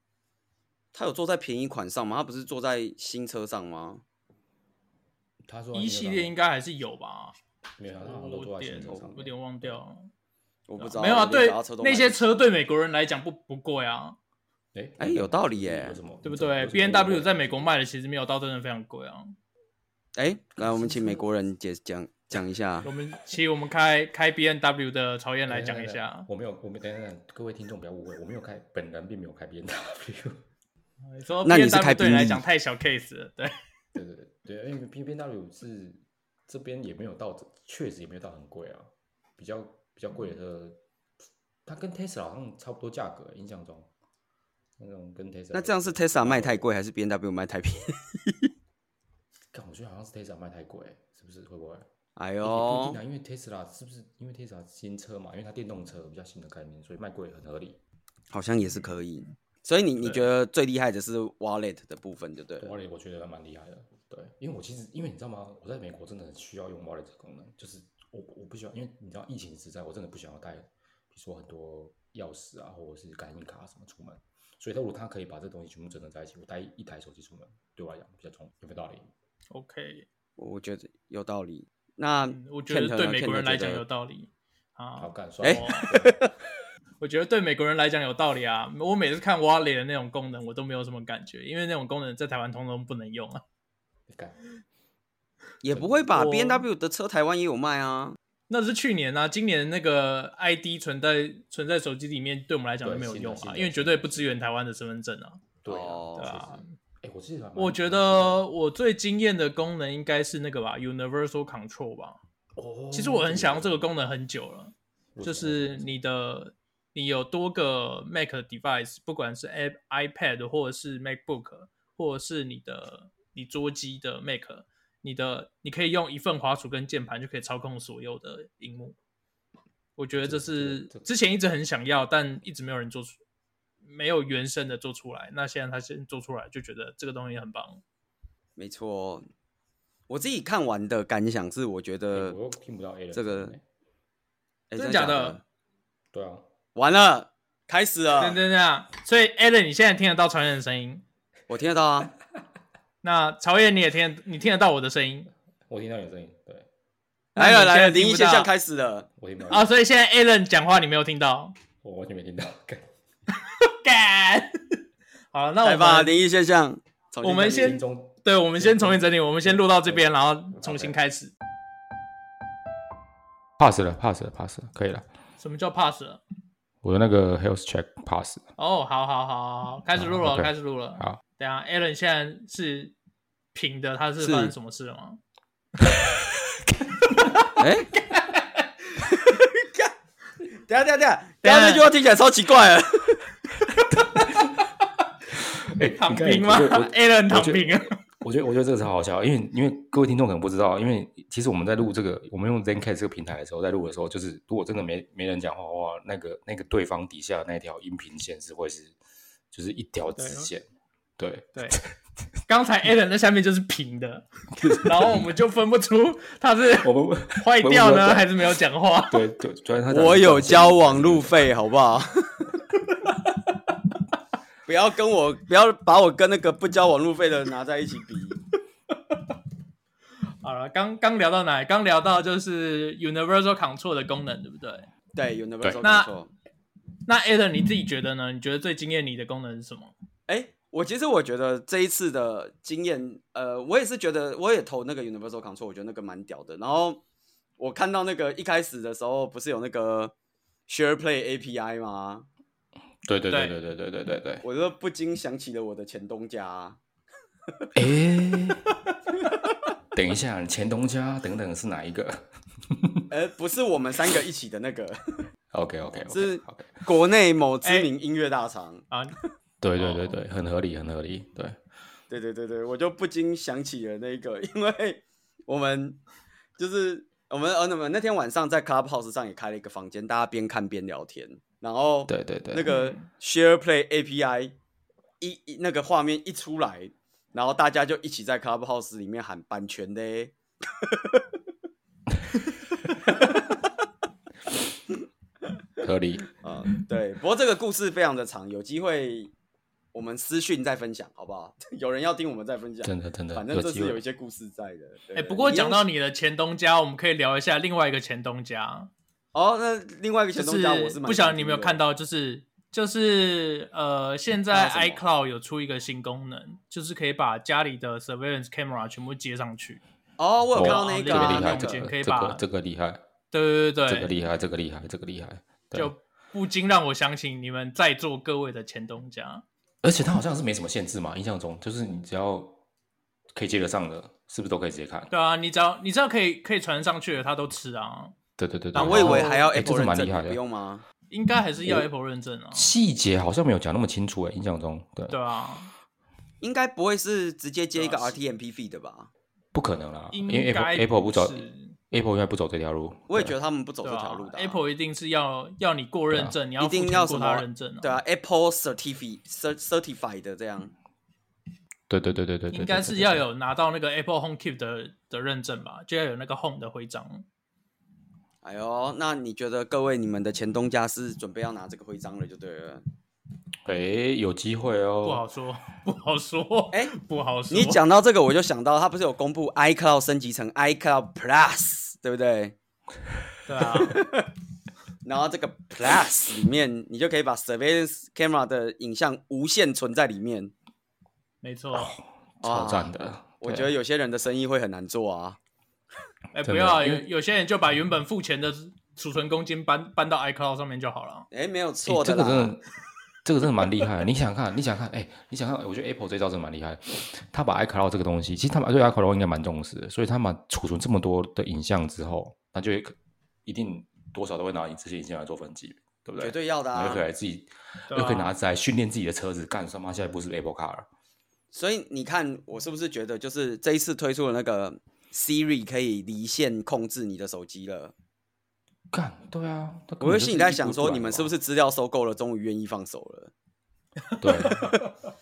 Speaker 2: 他有坐在便宜款上吗？他不是坐在新车上吗？
Speaker 3: 他说
Speaker 1: 一系列应
Speaker 3: 该
Speaker 1: 该还是有吧，
Speaker 3: 没有，他啊好像都
Speaker 1: 我有
Speaker 3: 坐在
Speaker 1: 点
Speaker 3: 行程上面。
Speaker 1: 有点忘掉了。
Speaker 2: 我不知道，
Speaker 1: 没有啊，
Speaker 2: 我连
Speaker 1: 对
Speaker 2: 脚踏车都买
Speaker 1: 那
Speaker 2: 不
Speaker 1: 些
Speaker 2: 起
Speaker 1: 车对美国人来讲不不贵啊，
Speaker 3: 哎
Speaker 2: 哎有道理耶
Speaker 3: 为什么？
Speaker 1: 对不
Speaker 3: 为什么
Speaker 1: 对？B N W 在美国卖的其实没有到真的非常贵啊。
Speaker 2: 哎，来，我们请美国人解讲讲一下
Speaker 1: 我。们其实我们开开 B N W 的曹燕来讲一。
Speaker 3: 为什么等
Speaker 1: 下
Speaker 3: 等，我没有，我没等一下等一下，各位听众不要误会，我没有开，本人并没有开 B N W。
Speaker 1: 你说
Speaker 2: 那
Speaker 1: B
Speaker 2: 你
Speaker 1: N
Speaker 2: 是开
Speaker 1: W 对你来
Speaker 2: Bentley
Speaker 1: 讲太小 case 了，对。
Speaker 3: 对对对，因为 B N W 是这边也没有到，确实也没有到很贵啊，比较比较贵的，它跟 Tesla 好像差不多价格，印象中那种跟 Tesla
Speaker 2: 那这样是 Tesla 卖太贵，还是 B N W 卖太 便宜？
Speaker 3: 干，我觉得好像是 Tesla 卖太贵，是不是？会不会？
Speaker 2: 哎
Speaker 3: 也不一
Speaker 2: 呦
Speaker 3: 定，啊，因为 Tesla 是不是因为 Tesla 新车嘛，因为它电动车比较新的概念，所以卖贵很合理。
Speaker 2: 好像也是可以。所以你你
Speaker 3: 对
Speaker 2: 觉得最厉害的是 Wallet 的部分，就对了。
Speaker 3: Wallet 我觉得还蛮厉害的，对，因为我其实因为你知道吗，我在美国真的很需要用 Wallet 这个功能，就是我我不喜欢，因为你知道疫情时代，我真的不想要带，比如说很多钥匙啊或者是感应卡什么出门，所以他如果他可以把这东西全部整合在一起，我带一台手机出门，对我来讲比较聪明，有没有道理？
Speaker 1: OK，
Speaker 2: 我我觉得有道理。那
Speaker 1: 嗯我觉得对美国人来讲有
Speaker 2: 理。
Speaker 1: 道理啊
Speaker 3: 好。干，算
Speaker 2: 哎
Speaker 3: 了，
Speaker 1: 我觉得对美国人来讲有道理啊。我每次看 Wallet 的那种功能，我都没有什么感觉，因为那种功能在台湾通通不能用啊。
Speaker 2: 哦
Speaker 3: 干，
Speaker 2: 也不会吧
Speaker 1: 我
Speaker 2: ？B N W 的车台湾也有卖啊。
Speaker 1: 那是去年啊，今年那个 ID 存在存在手机里面，对我们来讲
Speaker 3: 对
Speaker 1: 就没有
Speaker 3: 新的
Speaker 1: 用
Speaker 3: 新
Speaker 1: 啊，
Speaker 3: 的
Speaker 1: 因为绝对不支援台湾的身份证啊。
Speaker 3: 对
Speaker 2: 哦
Speaker 1: 对
Speaker 3: 啊，
Speaker 1: 啊
Speaker 3: 确实，哎，我记得还蛮
Speaker 1: 我觉
Speaker 3: 嗯
Speaker 1: 得我最惊艳的功能应该是那个吧，Universal Control 吧。
Speaker 3: 哦，
Speaker 1: 其实我很想要这个
Speaker 3: 功。
Speaker 1: 功能很久了，
Speaker 3: 为什么
Speaker 1: 就是你的你有多个 Mac device，不管是 i iPad 或者是 MacBook，或者是你的你桌机的 Mac，你的你可以用一份滑鼠跟键盘就可以操控所有的荧幕。我觉得这
Speaker 3: 这个
Speaker 1: 是
Speaker 3: 这个
Speaker 1: 之前一直很想要，但一直没有人做出，没有原生的做出来。那现在他先做出来，就觉得这个东西很棒。
Speaker 2: 没错，我自己看完的感想是，我觉
Speaker 3: 欸
Speaker 2: 得
Speaker 3: 我又听不到 A 人
Speaker 2: 这个
Speaker 3: 声音欸
Speaker 2: 诶
Speaker 1: 真的假
Speaker 2: 假
Speaker 1: 的？
Speaker 3: 对啊，
Speaker 2: 完了，开始了
Speaker 1: 等，等等，所以 a l a n 你现在听得到传人的声音，
Speaker 2: 我听得到啊。
Speaker 1: 那曹烨你也听，你听得到我的声音
Speaker 3: 我听到有声音，对
Speaker 1: 那
Speaker 2: 来
Speaker 1: 你
Speaker 2: 了
Speaker 1: 现在
Speaker 2: 来了，
Speaker 1: 听
Speaker 2: 灵异
Speaker 1: 不
Speaker 2: 现
Speaker 1: 到
Speaker 2: 象开始了。
Speaker 3: 我听不到
Speaker 1: 啊、所以现在 a l a n 讲话你没有听到，
Speaker 3: 我完全没听到。干
Speaker 1: 干。 好，那
Speaker 2: 来
Speaker 1: 我
Speaker 2: 吧，
Speaker 1: 们
Speaker 2: 灵异现象。重新
Speaker 1: 我们
Speaker 2: 整理
Speaker 1: 先
Speaker 3: 心中
Speaker 1: 对，我们先重新整理，我们先录到这边，然后重新开始。
Speaker 3: pass 了，pass 了，pass 了，可以了。
Speaker 1: 什么叫 pass？了
Speaker 3: 我的那个 health check pass 了
Speaker 1: 哦，好好好好，好开始录了，
Speaker 3: 好，OK
Speaker 1: 开始录了。
Speaker 3: 好，
Speaker 1: 等一下 a l a n 现在是平的，他是
Speaker 2: 是
Speaker 1: 发生什么事了吗？
Speaker 2: 哎，等一下等一下等一下，
Speaker 1: 等一
Speaker 2: 等一
Speaker 1: 下
Speaker 2: 下这句话听起来超奇怪啊了。
Speaker 3: 哎
Speaker 1: 躺
Speaker 3: 你刚才
Speaker 1: 平吗
Speaker 3: 我觉得我
Speaker 1: a l a n 躺
Speaker 3: 觉得
Speaker 1: 平啊。
Speaker 3: 我觉得我觉得这个超好笑，因为因为各位听众可能不知道，因为其实我们在录这个，我们用 ZenCast 这个平台的时候，在录的时候，就是如果真的没没人讲话的话，那个那个对方底下那条音频线是会是就是一条
Speaker 1: 啊
Speaker 3: 直线，对，
Speaker 1: 对，刚才 a l a n 在下面就是平 的，然后我们就分不出他是
Speaker 3: 我们
Speaker 1: 坏掉呢，还
Speaker 3: 是
Speaker 1: 是没有讲话。
Speaker 3: 对对，主要是他
Speaker 2: 我有交网路费，好不好？ 不要跟我，不要把我跟那个不交网路费的拿在一起比。
Speaker 1: 好了，刚刚聊到哪里？刚聊到就是 Universal Control 的功能，对不对？
Speaker 2: 对，有那
Speaker 3: 对
Speaker 2: 个
Speaker 1: 那
Speaker 2: 错。
Speaker 1: 那 a l a n 你自己觉得呢？你觉得最惊艳你的功能是什么？
Speaker 2: 哎、我其实我觉得这一次的经验，呃，我也是觉得，我也投那个 Universal Control，我觉得那个蛮屌的。然后我看到那个一开始的时候，不是有那个 Share Play API 吗？
Speaker 3: 对对对对对对对对对，
Speaker 2: 我就不禁想起了我的前东家，
Speaker 3: 哎，等一下，前东家等等是哪一 个
Speaker 2: 呃，不是我们三个一起的那个
Speaker 3: ？OK OK，
Speaker 2: 是
Speaker 3: OK，
Speaker 2: 国内某知名音乐大厂。
Speaker 1: 啊，
Speaker 3: 对对对对，很合理很合理，对，
Speaker 2: 对对对对，我就不禁想起了那个， 因为我们就是我们呃，那么那天晚上在 Clubhouse 上也开了一个房间，大家边看边聊天，然后
Speaker 3: 对对对，
Speaker 2: 那个 Share Play API 一一那个画面一出来，然后大家就一起在 Clubhouse 里面喊版权嘞。
Speaker 3: 合 理。
Speaker 2: 啊、对，不过这个故事非常的长，有机会我们私讯再分享，好不好？ 有人要听我们再分享，
Speaker 3: 真的真的
Speaker 2: 反正
Speaker 3: 有
Speaker 2: 这
Speaker 3: 机
Speaker 2: 是有
Speaker 3: 会
Speaker 2: 一些故事在的。对
Speaker 1: 哎、
Speaker 2: 对
Speaker 1: 不过
Speaker 2: 你
Speaker 1: 讲
Speaker 2: 用
Speaker 1: 到你的前东家，我们可以聊一下另外一个前东家，
Speaker 2: 哦，那另外一个
Speaker 1: 就
Speaker 2: 前东家我
Speaker 1: 是
Speaker 2: 是蛮
Speaker 1: 不晓得
Speaker 2: 想
Speaker 1: 你有没有
Speaker 2: 听的
Speaker 1: 看到，就是就是呃，现在
Speaker 2: 看到什
Speaker 1: iCloud 有出一个新功能，就是可以把家里的 surveillance camera 全部接上去。
Speaker 2: 哦，我有看
Speaker 1: 哦
Speaker 2: 到那
Speaker 1: 这
Speaker 2: 个
Speaker 3: 这个
Speaker 2: 啊、
Speaker 1: 那
Speaker 3: 厉害，
Speaker 1: 我们
Speaker 3: 这
Speaker 1: 剪
Speaker 3: 个
Speaker 1: 可以
Speaker 3: 这
Speaker 1: 把
Speaker 3: 个这个厉害，
Speaker 1: 对对对
Speaker 3: 这
Speaker 1: 对，
Speaker 3: 个厉害，这个厉害，这个厉害。对，
Speaker 1: 就不禁让我想起你们在座各位的前东家。
Speaker 3: 而且它好像是没什么限制嘛，印象中就是你只要可以接得上的，是不是都可以直接看？
Speaker 1: 对啊，你只要你只要可以可以传上去的，他都吃啊，
Speaker 3: 对对对对。
Speaker 2: 啊，我以为
Speaker 1: 哦
Speaker 3: 然后
Speaker 2: 还要
Speaker 3: 哎
Speaker 2: Apple
Speaker 3: 这是
Speaker 2: 认
Speaker 3: 蛮厉
Speaker 2: 证，
Speaker 3: 害
Speaker 2: 不
Speaker 3: 的。
Speaker 2: 用吗？
Speaker 1: 应该还是要
Speaker 3: 我
Speaker 1: Apple 认证啊。
Speaker 3: 细节好像没有讲那么清楚哎，印象中对，
Speaker 1: 对啊，
Speaker 2: 应该不会是直接接一个
Speaker 1: 对啊
Speaker 2: RTMP feed 的吧？
Speaker 3: 不可能啦，因
Speaker 1: 应
Speaker 3: 为 Apple
Speaker 1: 该
Speaker 3: Apple 不走
Speaker 1: 是
Speaker 3: Apple 应该不走这条路。
Speaker 2: 我也
Speaker 3: 对
Speaker 2: 觉得他们不走
Speaker 1: 对
Speaker 2: 这条
Speaker 1: 啊
Speaker 2: 路的啊、啊
Speaker 1: Apple 一定是要要你过认证，你
Speaker 2: 一
Speaker 1: 付
Speaker 2: 定
Speaker 1: 钱
Speaker 2: 要
Speaker 1: 过
Speaker 2: 什
Speaker 1: 他
Speaker 2: 么
Speaker 1: 认证啊。
Speaker 2: 对啊，Apple certifi cert certified 的这样。
Speaker 3: 对对对对对对，
Speaker 1: 应该是
Speaker 3: 对
Speaker 1: 要。有拿到那个 Apple HomeKit 的的认证吧，就要有那个 Home 的徽章。
Speaker 2: 哎呦，那你觉得各位你们的前东家是准备要拿这个徽章了，就对了。
Speaker 3: 哎，有机会
Speaker 1: 不好
Speaker 3: 哦。
Speaker 1: 说，不好说，
Speaker 2: 哎
Speaker 1: 不好说。
Speaker 2: 你讲到这个，我就想到他不是有公布 iCloud 升级成 iCloud Plus，对不对？
Speaker 1: 对啊，
Speaker 2: 然后这个 Plus 里面，你就可以把 surveillance camera 的影像无限存在里面。
Speaker 1: 没错。
Speaker 2: 哦
Speaker 3: 超赞的。
Speaker 2: 啊我
Speaker 3: 对
Speaker 2: 觉得有些人的生意会很难做啊。
Speaker 1: 哎，
Speaker 3: 真的
Speaker 1: 不要啊，
Speaker 3: 因
Speaker 1: 有
Speaker 3: 为
Speaker 1: 有些人就把原本付钱的储存公斤搬搬到 iCloud 上面就好了。
Speaker 2: 哎、没有
Speaker 3: 欸
Speaker 2: 错
Speaker 3: 这
Speaker 2: 的
Speaker 3: 个
Speaker 2: 啦。
Speaker 3: 真的，这个真的蛮厉害的。你想看，你想看，哎、你想看，欸我觉得 Apple 这招真的蛮厉害的。他把 iCloud 这个东西，其实他们对 iCloud 应该蛮重视的，所以他们储存这么多的影像之后，那就一定多少都会拿你这些引擎来做分级，对不对？
Speaker 2: 绝对要的
Speaker 3: 你又可以
Speaker 2: 啊。
Speaker 3: 来自己，
Speaker 1: 对
Speaker 3: 又可以
Speaker 1: 啊
Speaker 3: 拿来训练自己的车子，干他妈现在不是 Apple Car 了。
Speaker 2: 所以你看，我是不是觉得就是这一次推出的那个 Siri 可以离线控制你的手机了？
Speaker 3: 干，对啊，那根
Speaker 2: 我就
Speaker 3: 本就
Speaker 2: 心里
Speaker 3: 是
Speaker 2: 在
Speaker 3: 一步
Speaker 2: 想
Speaker 3: 一
Speaker 2: 说，
Speaker 3: 步来
Speaker 2: 你
Speaker 3: 的
Speaker 2: 们
Speaker 3: 嘛
Speaker 2: 是不是资料收够了，终于愿意放手了？
Speaker 3: 对，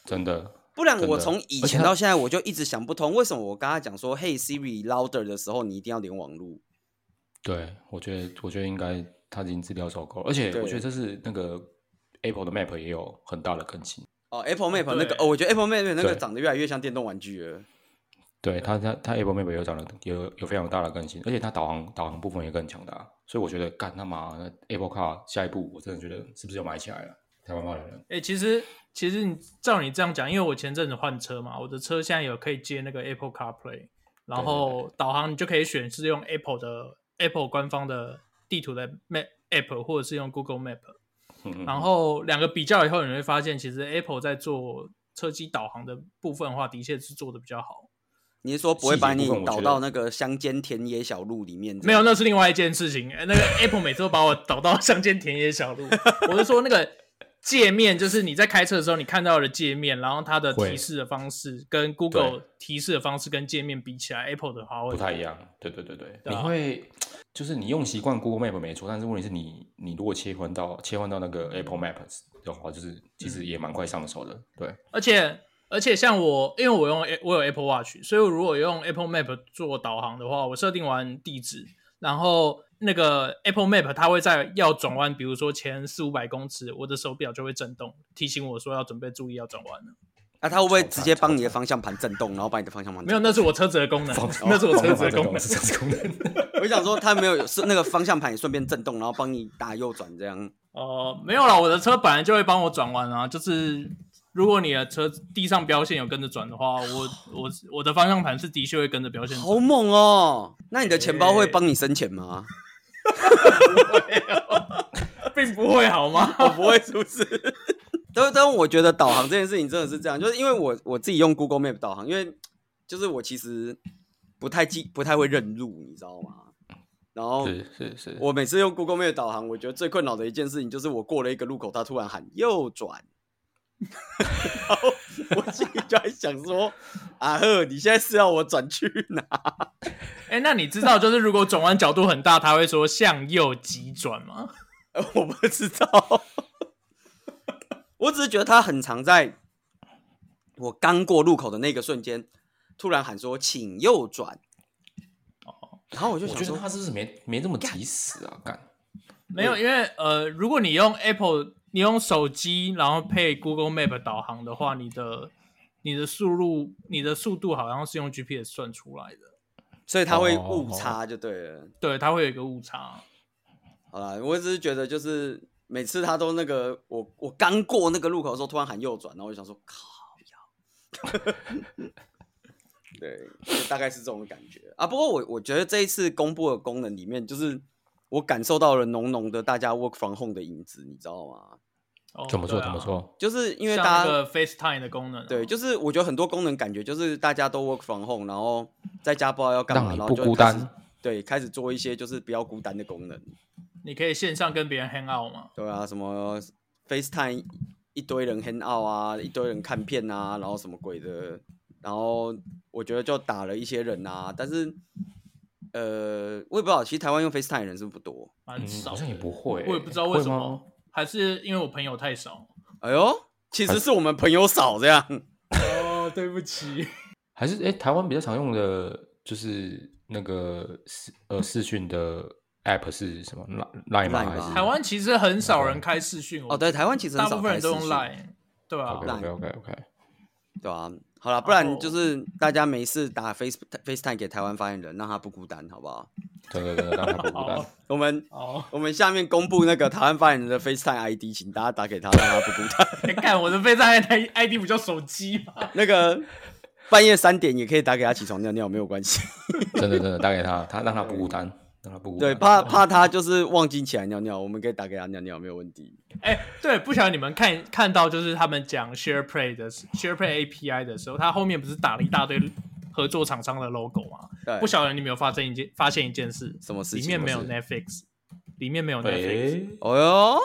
Speaker 3: 真的，
Speaker 2: 不然
Speaker 3: 真
Speaker 2: 我
Speaker 3: 的
Speaker 2: 从以
Speaker 3: 而且
Speaker 2: 前
Speaker 3: 它
Speaker 2: 到现在，我就一直想不通，为什么我跟他讲说 “Hey Siri louder” 的时候，你一定要连网路？
Speaker 3: 对我觉得，我觉得应该他已经资料收够了，而且我
Speaker 2: 对
Speaker 3: 觉得这是那个 Apple 的 Map 也有很大的更新。
Speaker 2: 哦，Apple Map
Speaker 1: 对
Speaker 2: 那个，哦，我觉得 Apple Map 那个
Speaker 3: 对
Speaker 2: 长得越来越像电动玩具了。
Speaker 3: 对它，它它 Apple Map 也有长得有有非常大的更新，而且它导航导航部分也更强大，所以我觉得干他妈那 Apple Car 下一步我真的觉得是不是要买起来了？台湾骂人了，
Speaker 1: 哎、其实其实你照你这样讲，因为我前阵子换车嘛，我的车现在有可以接那个 Apple CarPlay，然后导航你就可以选是用 Apple 的 Apple 官方的地图的 Map App，或者是用 Google Map。
Speaker 3: 嗯嗯
Speaker 1: 然后两个比较以后，你会发现其实 Apple 在做车机导航的部分的话，的确是做的比较好。
Speaker 2: 你是说不会把
Speaker 3: 细
Speaker 2: 你
Speaker 3: 节部分我觉
Speaker 2: 导
Speaker 3: 得
Speaker 2: 到那个乡间田野小路里面？
Speaker 1: 没有，，那是另外一件事情。哎那 个 Apple 每次都把我导到乡间田野小路，我是说那个界面，就是你在开车的时候你看到的界面，然后它的
Speaker 3: 会
Speaker 1: 提示的方式跟 Google 提示的方式跟界面比起来，Apple 的话会
Speaker 3: 不太一样，对对对对，
Speaker 1: 对啊
Speaker 3: 你会就是你用习惯 Google Map 没错，但是问题是你你如果切换到切换到那个 Apple Map 的话，就是其
Speaker 1: 嗯
Speaker 3: 实也蛮快上手的，对，
Speaker 1: 而且而且像我，因为我用 A- 我有 Apple Watch，所以我如果用 Apple Map 做导航的话，我设定完地址，然后那个 Apple Map 它会在要转弯，比如说前四五百公尺，我的手表就会震动，提醒我说要准备注意要转弯了。
Speaker 2: 那、啊它会不会直接
Speaker 3: 超惨
Speaker 2: 帮你的方向盘震动，然后把你的方向盘震
Speaker 1: 没有，
Speaker 2: 动？
Speaker 1: 那是我车子的功 能， 那是我车子的功能。
Speaker 3: 是车哦子功能，
Speaker 2: 我想说它没有是那个方向盘也顺便震动，然后帮你打右转这样。
Speaker 1: 哦、没有啦，我的车本来就会帮我转弯啊，就是。如果你的车地上标线有跟着转的话， 我我我的方向盘是的确会跟着标线转。
Speaker 2: 好猛哦！那你的钱包会帮你生钱吗？
Speaker 1: 并不会好吗？
Speaker 2: 我不会，是不是？ 但但我觉得导航这件事情真的是这样，就是因为我我自己用 Google Map 导航，因为就是我其实不太记不太会认路，你知道吗？然后
Speaker 3: 是是是，
Speaker 2: 我每次用 Google Map 导航，我觉得最困扰的一件事情就是我过了一个路口，它突然喊右转，然后我心里就在想说：“啊呵，你现在是要我转去哪？”
Speaker 1: 哎、那你知道就是如果转弯角度很大，他会说向右急转吗？
Speaker 2: 呃，我不知道，我只是觉得他很常在我刚过路口的那个瞬间，突然喊说“请右转”，然后我就
Speaker 3: 哦我
Speaker 2: 想
Speaker 3: 觉得
Speaker 2: 说，
Speaker 3: 他是不是没没这么及时啊？干，
Speaker 1: 没有，因为呃，如果你用 Apple，你用手机，然后配 Google Map 导航的话，你的你的速度，你的速度好像是用 GPS 算出来的，
Speaker 2: 所以他会
Speaker 3: 哦
Speaker 2: 误差就对了。
Speaker 1: 对，它会有一个误差。
Speaker 2: 好啦，我只是觉得就是每次他都那个，我我刚过那个路口的时候，突然喊右转，然后我就想说，靠呀， 对，就大概是这种感觉啊。不过我我觉得这一次公布的功能里面，就是我感受到了浓浓的大家 work from home 的影子，你知道吗？
Speaker 1: 哦、
Speaker 3: 怎么做
Speaker 1: 对啊
Speaker 3: 怎么？做？
Speaker 2: 就是因为
Speaker 1: 像
Speaker 2: 大
Speaker 1: 那
Speaker 2: 家
Speaker 1: 个 FaceTime 的功能啊、
Speaker 2: 对，就是我觉得很多功能感觉就是大家都 work from home，然后在家不知道要干嘛，
Speaker 3: 让你
Speaker 2: 然后
Speaker 3: 不
Speaker 2: 就
Speaker 3: 孤
Speaker 2: 开始
Speaker 3: 单，
Speaker 2: 对，开始做一些就是不要孤单的功能。
Speaker 1: 你可以线上跟别人 hang out 嘛。
Speaker 2: 对啊，什么 FaceTime 一堆人 hang out 啊，一堆人看片啊，然后什么鬼的，然后我觉得就打了一些人啊，但是呃，我也不知道，其实台湾用 FaceTime 的人是不是不多？
Speaker 1: 蛮
Speaker 3: 嗯，
Speaker 1: 少、
Speaker 3: 好像也不，会欸，
Speaker 1: 我也不知道为什
Speaker 3: 会吗
Speaker 1: 么，还是因为我朋友太少。
Speaker 2: 哎呦，其实是我们朋友少这样，
Speaker 1: 哦，对不起。
Speaker 3: 还是哎、诶台湾比较常用的就是那个视呃视讯的 app 是什么？Line Line 吗？
Speaker 2: Line
Speaker 3: 还
Speaker 2: 吧
Speaker 3: 是
Speaker 1: 台湾其实很少人开视讯
Speaker 2: 哦对台湾其实很
Speaker 1: 大
Speaker 2: 少
Speaker 1: 部分人都用
Speaker 2: 开视讯
Speaker 1: Line，对啊，
Speaker 3: ？OK OK OK OK，
Speaker 2: 对啊，好啦，不
Speaker 1: 然
Speaker 2: 然
Speaker 1: 后
Speaker 2: 就是大家没事打 Face FaceTime 给台湾发言人，让他不孤单，好不好？
Speaker 3: 对对对，让他不孤单
Speaker 1: 好。
Speaker 2: 我们
Speaker 1: 哦，
Speaker 2: 我们下面公布那个台湾发言人的 FaceTime ID，请大家打给他，让他不孤单。
Speaker 1: 看哎我的备战 ID ID 不叫手机吗？
Speaker 2: 那个半夜三点也可以打给他起床尿尿，没有 关系。
Speaker 3: 真的真的，打给他，他让他不孤单，让他不孤单。
Speaker 2: 对，怕怕他就是忘记起来尿尿，我们可以打给他尿尿，没有问题。
Speaker 1: 哎、对，不晓得你们看看到就是他们讲 SharePlay 的 SharePlay API 的时候，他后面不是打了一大堆合作厂商的 logo 吗？
Speaker 2: 对，
Speaker 1: 不晓得你们有发现一件发现一件事，
Speaker 2: 什么事
Speaker 1: 里
Speaker 2: 情
Speaker 1: 面没有
Speaker 2: 什么
Speaker 1: Netflix，里面没有
Speaker 3: 哎
Speaker 1: Netflix，
Speaker 4: 诶，
Speaker 2: 哦哟，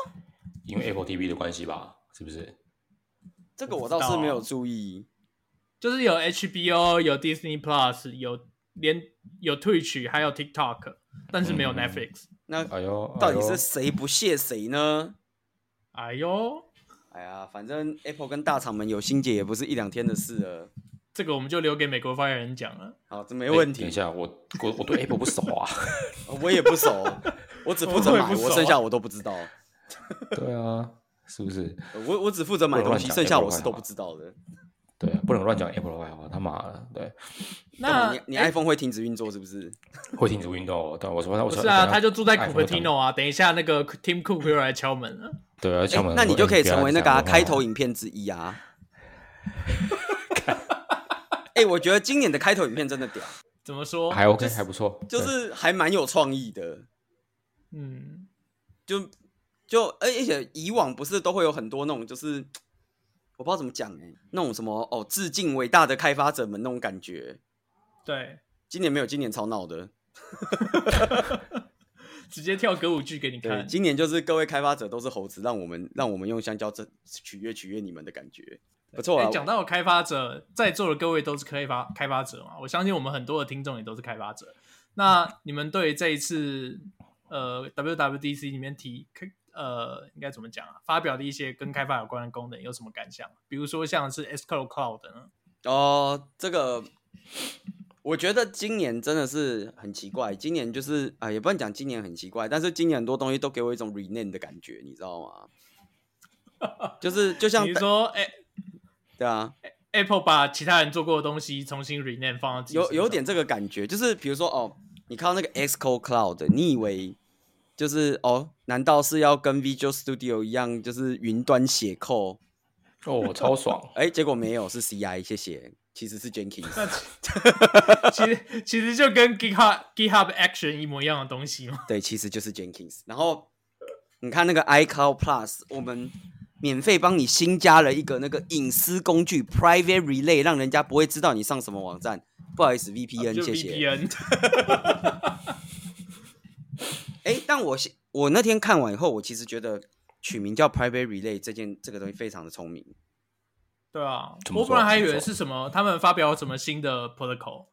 Speaker 4: 因为 Apple TV 的关系吧，是不是？
Speaker 2: 这个我倒是没有注意。
Speaker 1: 就是有 HBO、有 Disney Plus、有连有 Twitch 还有 TikTok，但是没有
Speaker 4: 嗯
Speaker 1: Netflix。
Speaker 2: 那
Speaker 3: 哎呦，
Speaker 2: 到底
Speaker 3: 哎呦
Speaker 2: 是谁不屑谁呢？
Speaker 1: 哎呦，
Speaker 2: 哎呀，反正 Apple 跟大厂们有心结也不是一两天的事了。
Speaker 1: 这个我们就留给美国发言人讲啊了。
Speaker 2: 好，这没问
Speaker 1: 哎
Speaker 4: 诶哎等一
Speaker 2: 题。
Speaker 4: 下，我我我对 Apple 不熟啊。
Speaker 2: 我也不熟，我只负责
Speaker 1: 我也
Speaker 2: 买，
Speaker 1: 不熟啊
Speaker 2: 我剩下我都不知道。
Speaker 4: 对啊，是不是？
Speaker 2: 我我只负责买东西，
Speaker 4: 不能乱讲
Speaker 2: 剩
Speaker 1: 哎
Speaker 2: 下我是都不知道的。
Speaker 4: 对啊，不能乱讲 Apple 的坏话，他妈的，对，
Speaker 1: 那哎
Speaker 2: 你你 iPhone 会停止运作是不是？
Speaker 4: 会停止运动哦。但我说，我
Speaker 1: 不
Speaker 4: 说，
Speaker 1: 是啊，
Speaker 4: 等一下
Speaker 1: 他就住在
Speaker 4: iPhone 讲
Speaker 1: Cupertino 啊。等一下，那个 Tim Cook 又来敲门了。
Speaker 4: 对啊，敲
Speaker 2: 哎
Speaker 4: 门。
Speaker 2: 那你就可以
Speaker 4: 不要
Speaker 2: 成为那个啊、
Speaker 4: 讲
Speaker 2: 开头影片之一啊。 哎、我觉得今年的开头影片真的屌，
Speaker 1: 怎么说？
Speaker 4: 哦还 OK，
Speaker 1: 就是
Speaker 4: 还不错，
Speaker 2: 就是还蛮有创意的。
Speaker 1: 嗯，
Speaker 2: 就就哎而而且以往不是都会有很多那种就是我不知道怎么讲哎、那种什么哦致敬伟大的开发者们那种感觉。
Speaker 1: 对，
Speaker 2: 今年没有，今年超闹的。
Speaker 1: 直接跳歌舞剧给你
Speaker 2: 对，
Speaker 1: 看。
Speaker 2: 今年就是各位开发者都是猴子，让我们让我们用香蕉这取悦取悦你们的感觉，不错
Speaker 1: 哎
Speaker 2: 啊。
Speaker 1: 讲到开发者，在座的各位都是开发开发者嘛，我相信我们很多的听众也都是开发者。那你们对这一次呃 WWDC 里面提开呃应该怎么讲啊？发表的一些跟开发有关的功能有什么感想？比如说像是 S Cloud Cloud 呢？
Speaker 2: 哦，这个我觉得今年真的是很奇怪，今年就是啊、也不能讲今年很奇怪，但是今年很多东西都给我一种 rename 的感觉，你知道吗？就是就像
Speaker 1: 比如说哎、
Speaker 2: 对啊，
Speaker 1: Apple 把其他人做过的东西重新 rename 放到自己
Speaker 2: 有
Speaker 1: 身上
Speaker 2: 有点这个感觉，就是比如说哦，你看到那个 Xcode Cloud，你以为就是哦，难道是要跟 Visual Studio 一样，就是云端写扣？
Speaker 4: 哦，超 爽。
Speaker 2: 哎，结果没有，是 CI，谢谢，其实是 Jenkins。
Speaker 1: 那其 其实其实就跟 GitHub GitHub Action 一模一样的东西嘛。
Speaker 2: 对，其实就是 Jenkins。然后你看那个 iCloud Plus，我们免费帮你新加了一个那个隐私工具 Private Relay，让人家不会知道你上什么网站。不好意思，VPN，、
Speaker 1: 啊就
Speaker 2: ，E 谢谢。
Speaker 1: VPN，
Speaker 2: 哎，但我现我那天看完以后，我其实觉得取名叫 Private Relay 这件这个东西非常的聪明。
Speaker 1: 对啊，
Speaker 4: 怎么
Speaker 1: 我
Speaker 4: 说
Speaker 1: 本来还以
Speaker 4: 怎
Speaker 1: 为
Speaker 4: 么说
Speaker 1: 是什么，他们发表什么新的 protocol，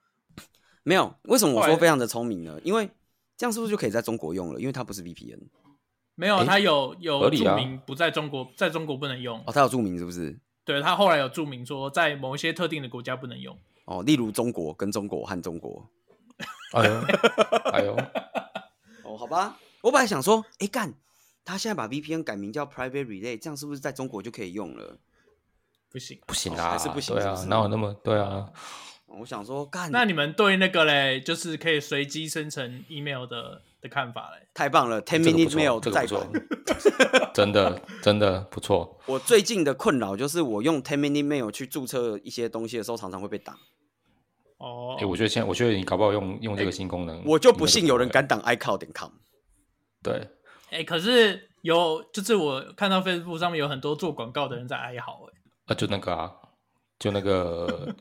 Speaker 2: 没有，为什么我
Speaker 1: 后
Speaker 2: 说
Speaker 1: 来
Speaker 2: 非常的聪明呢？因为这样是不是就可以在中国用了？因为它不是 VPN
Speaker 1: 没有，
Speaker 4: 诶
Speaker 1: 他有
Speaker 4: 合
Speaker 1: 有
Speaker 4: 理
Speaker 1: 注
Speaker 4: 啊
Speaker 1: 明不在中国，在中国不能用
Speaker 2: 哦，。它有注明是不是？
Speaker 1: 对他后来有注明说，在某一些特定的国家不能用。
Speaker 2: 哦，例如中国跟中国和中国。
Speaker 4: 哎呦，哎呦，
Speaker 2: 哦，好吧，我本来想说，哎干，他现在把 VPN 改名叫 Private Relay，这样是不是在中国就可以用了？
Speaker 1: 不行，
Speaker 4: 不行啊，
Speaker 2: 哦还是不行
Speaker 4: 对
Speaker 2: 是
Speaker 4: 啊
Speaker 2: 不，是
Speaker 4: 哪有那么对啊？
Speaker 2: 哦我想说，
Speaker 4: 嗯
Speaker 2: 干，
Speaker 1: 那你们对那个嘞，就是可以随机生成 email 的的看法嘞？
Speaker 2: 太棒了，Ten
Speaker 4: 这个不
Speaker 2: Minute
Speaker 4: 错
Speaker 2: Mail
Speaker 4: 这个
Speaker 2: 再
Speaker 4: 不错
Speaker 2: 版。，
Speaker 4: 真的真的不错。
Speaker 2: 我最近的困扰就是，我用 Ten Minute Mail 去注册一些东西的时候，常常会被打。
Speaker 1: 哦
Speaker 4: 哎、，我觉得现在，我觉得你搞不好用用这个新功能，
Speaker 2: 我就不信有
Speaker 4: 嗯
Speaker 2: 人
Speaker 4: 应该
Speaker 2: 敢挡 iCloud 点 com。
Speaker 4: 不错。对，
Speaker 1: 哎、可是有，就是我看到 Facebook 上面有很多做广告的人在哀嚎、哎，
Speaker 4: 啊，就那个啊，就那个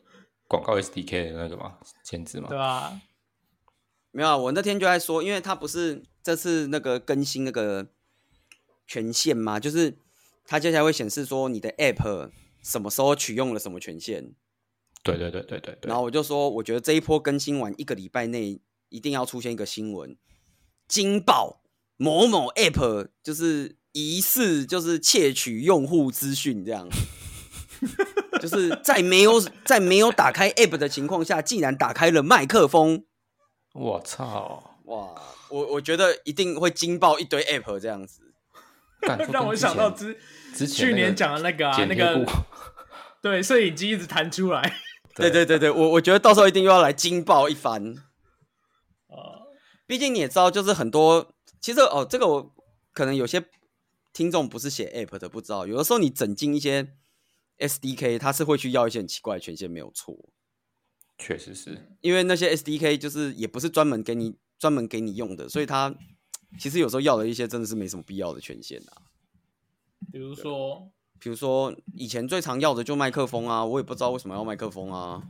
Speaker 4: 广告 SDK 的那个嘛，限制嘛
Speaker 1: 对。吧、啊
Speaker 2: 没有啊，我那天就在说，因为它不是这次那个更新那个权限嘛，就是它接下来会显示说你的 App 什么时候取用了什么权限。
Speaker 4: 对对对对对对
Speaker 2: 然。后我就说，我觉得这一波更新完一个礼拜内，一定要出现一个新闻，惊爆某某 App 就是疑似就是窃取用户资讯这样。就是在没有在没有打开 App 的情况下，竟然打开了麦克风，
Speaker 4: 我操！
Speaker 2: 哇，我我觉得一定会惊爆一堆 App 这样子。
Speaker 4: 干这
Speaker 1: 让
Speaker 4: 跟
Speaker 1: 我
Speaker 4: 之
Speaker 1: 想到
Speaker 4: 前
Speaker 1: 之
Speaker 4: 之前
Speaker 1: 去年讲的那个啊，
Speaker 4: 剪
Speaker 1: 那
Speaker 4: 贴
Speaker 1: 个
Speaker 4: 布
Speaker 1: 对，摄影机一直弹出来。
Speaker 2: 对对对对，我我觉得到时候一定又要来惊爆一番。
Speaker 1: 呃，
Speaker 2: 毕竟你也知道，就是很多其实哦，这个我可能有些听众不是写 App 的不知道，有的时候你整进一些 SDK，它是会去要一些很奇怪的权限，没有错。
Speaker 4: 确实是
Speaker 2: 因为那些 SDK 就是也不是专门给你专门给你用的，所以它其实有时候要的一些真的是没什么必要的权限啊。
Speaker 1: 比如说，
Speaker 2: 比如说以前最常要的就麦克风啊，我也不知道为什么要麦克风啊。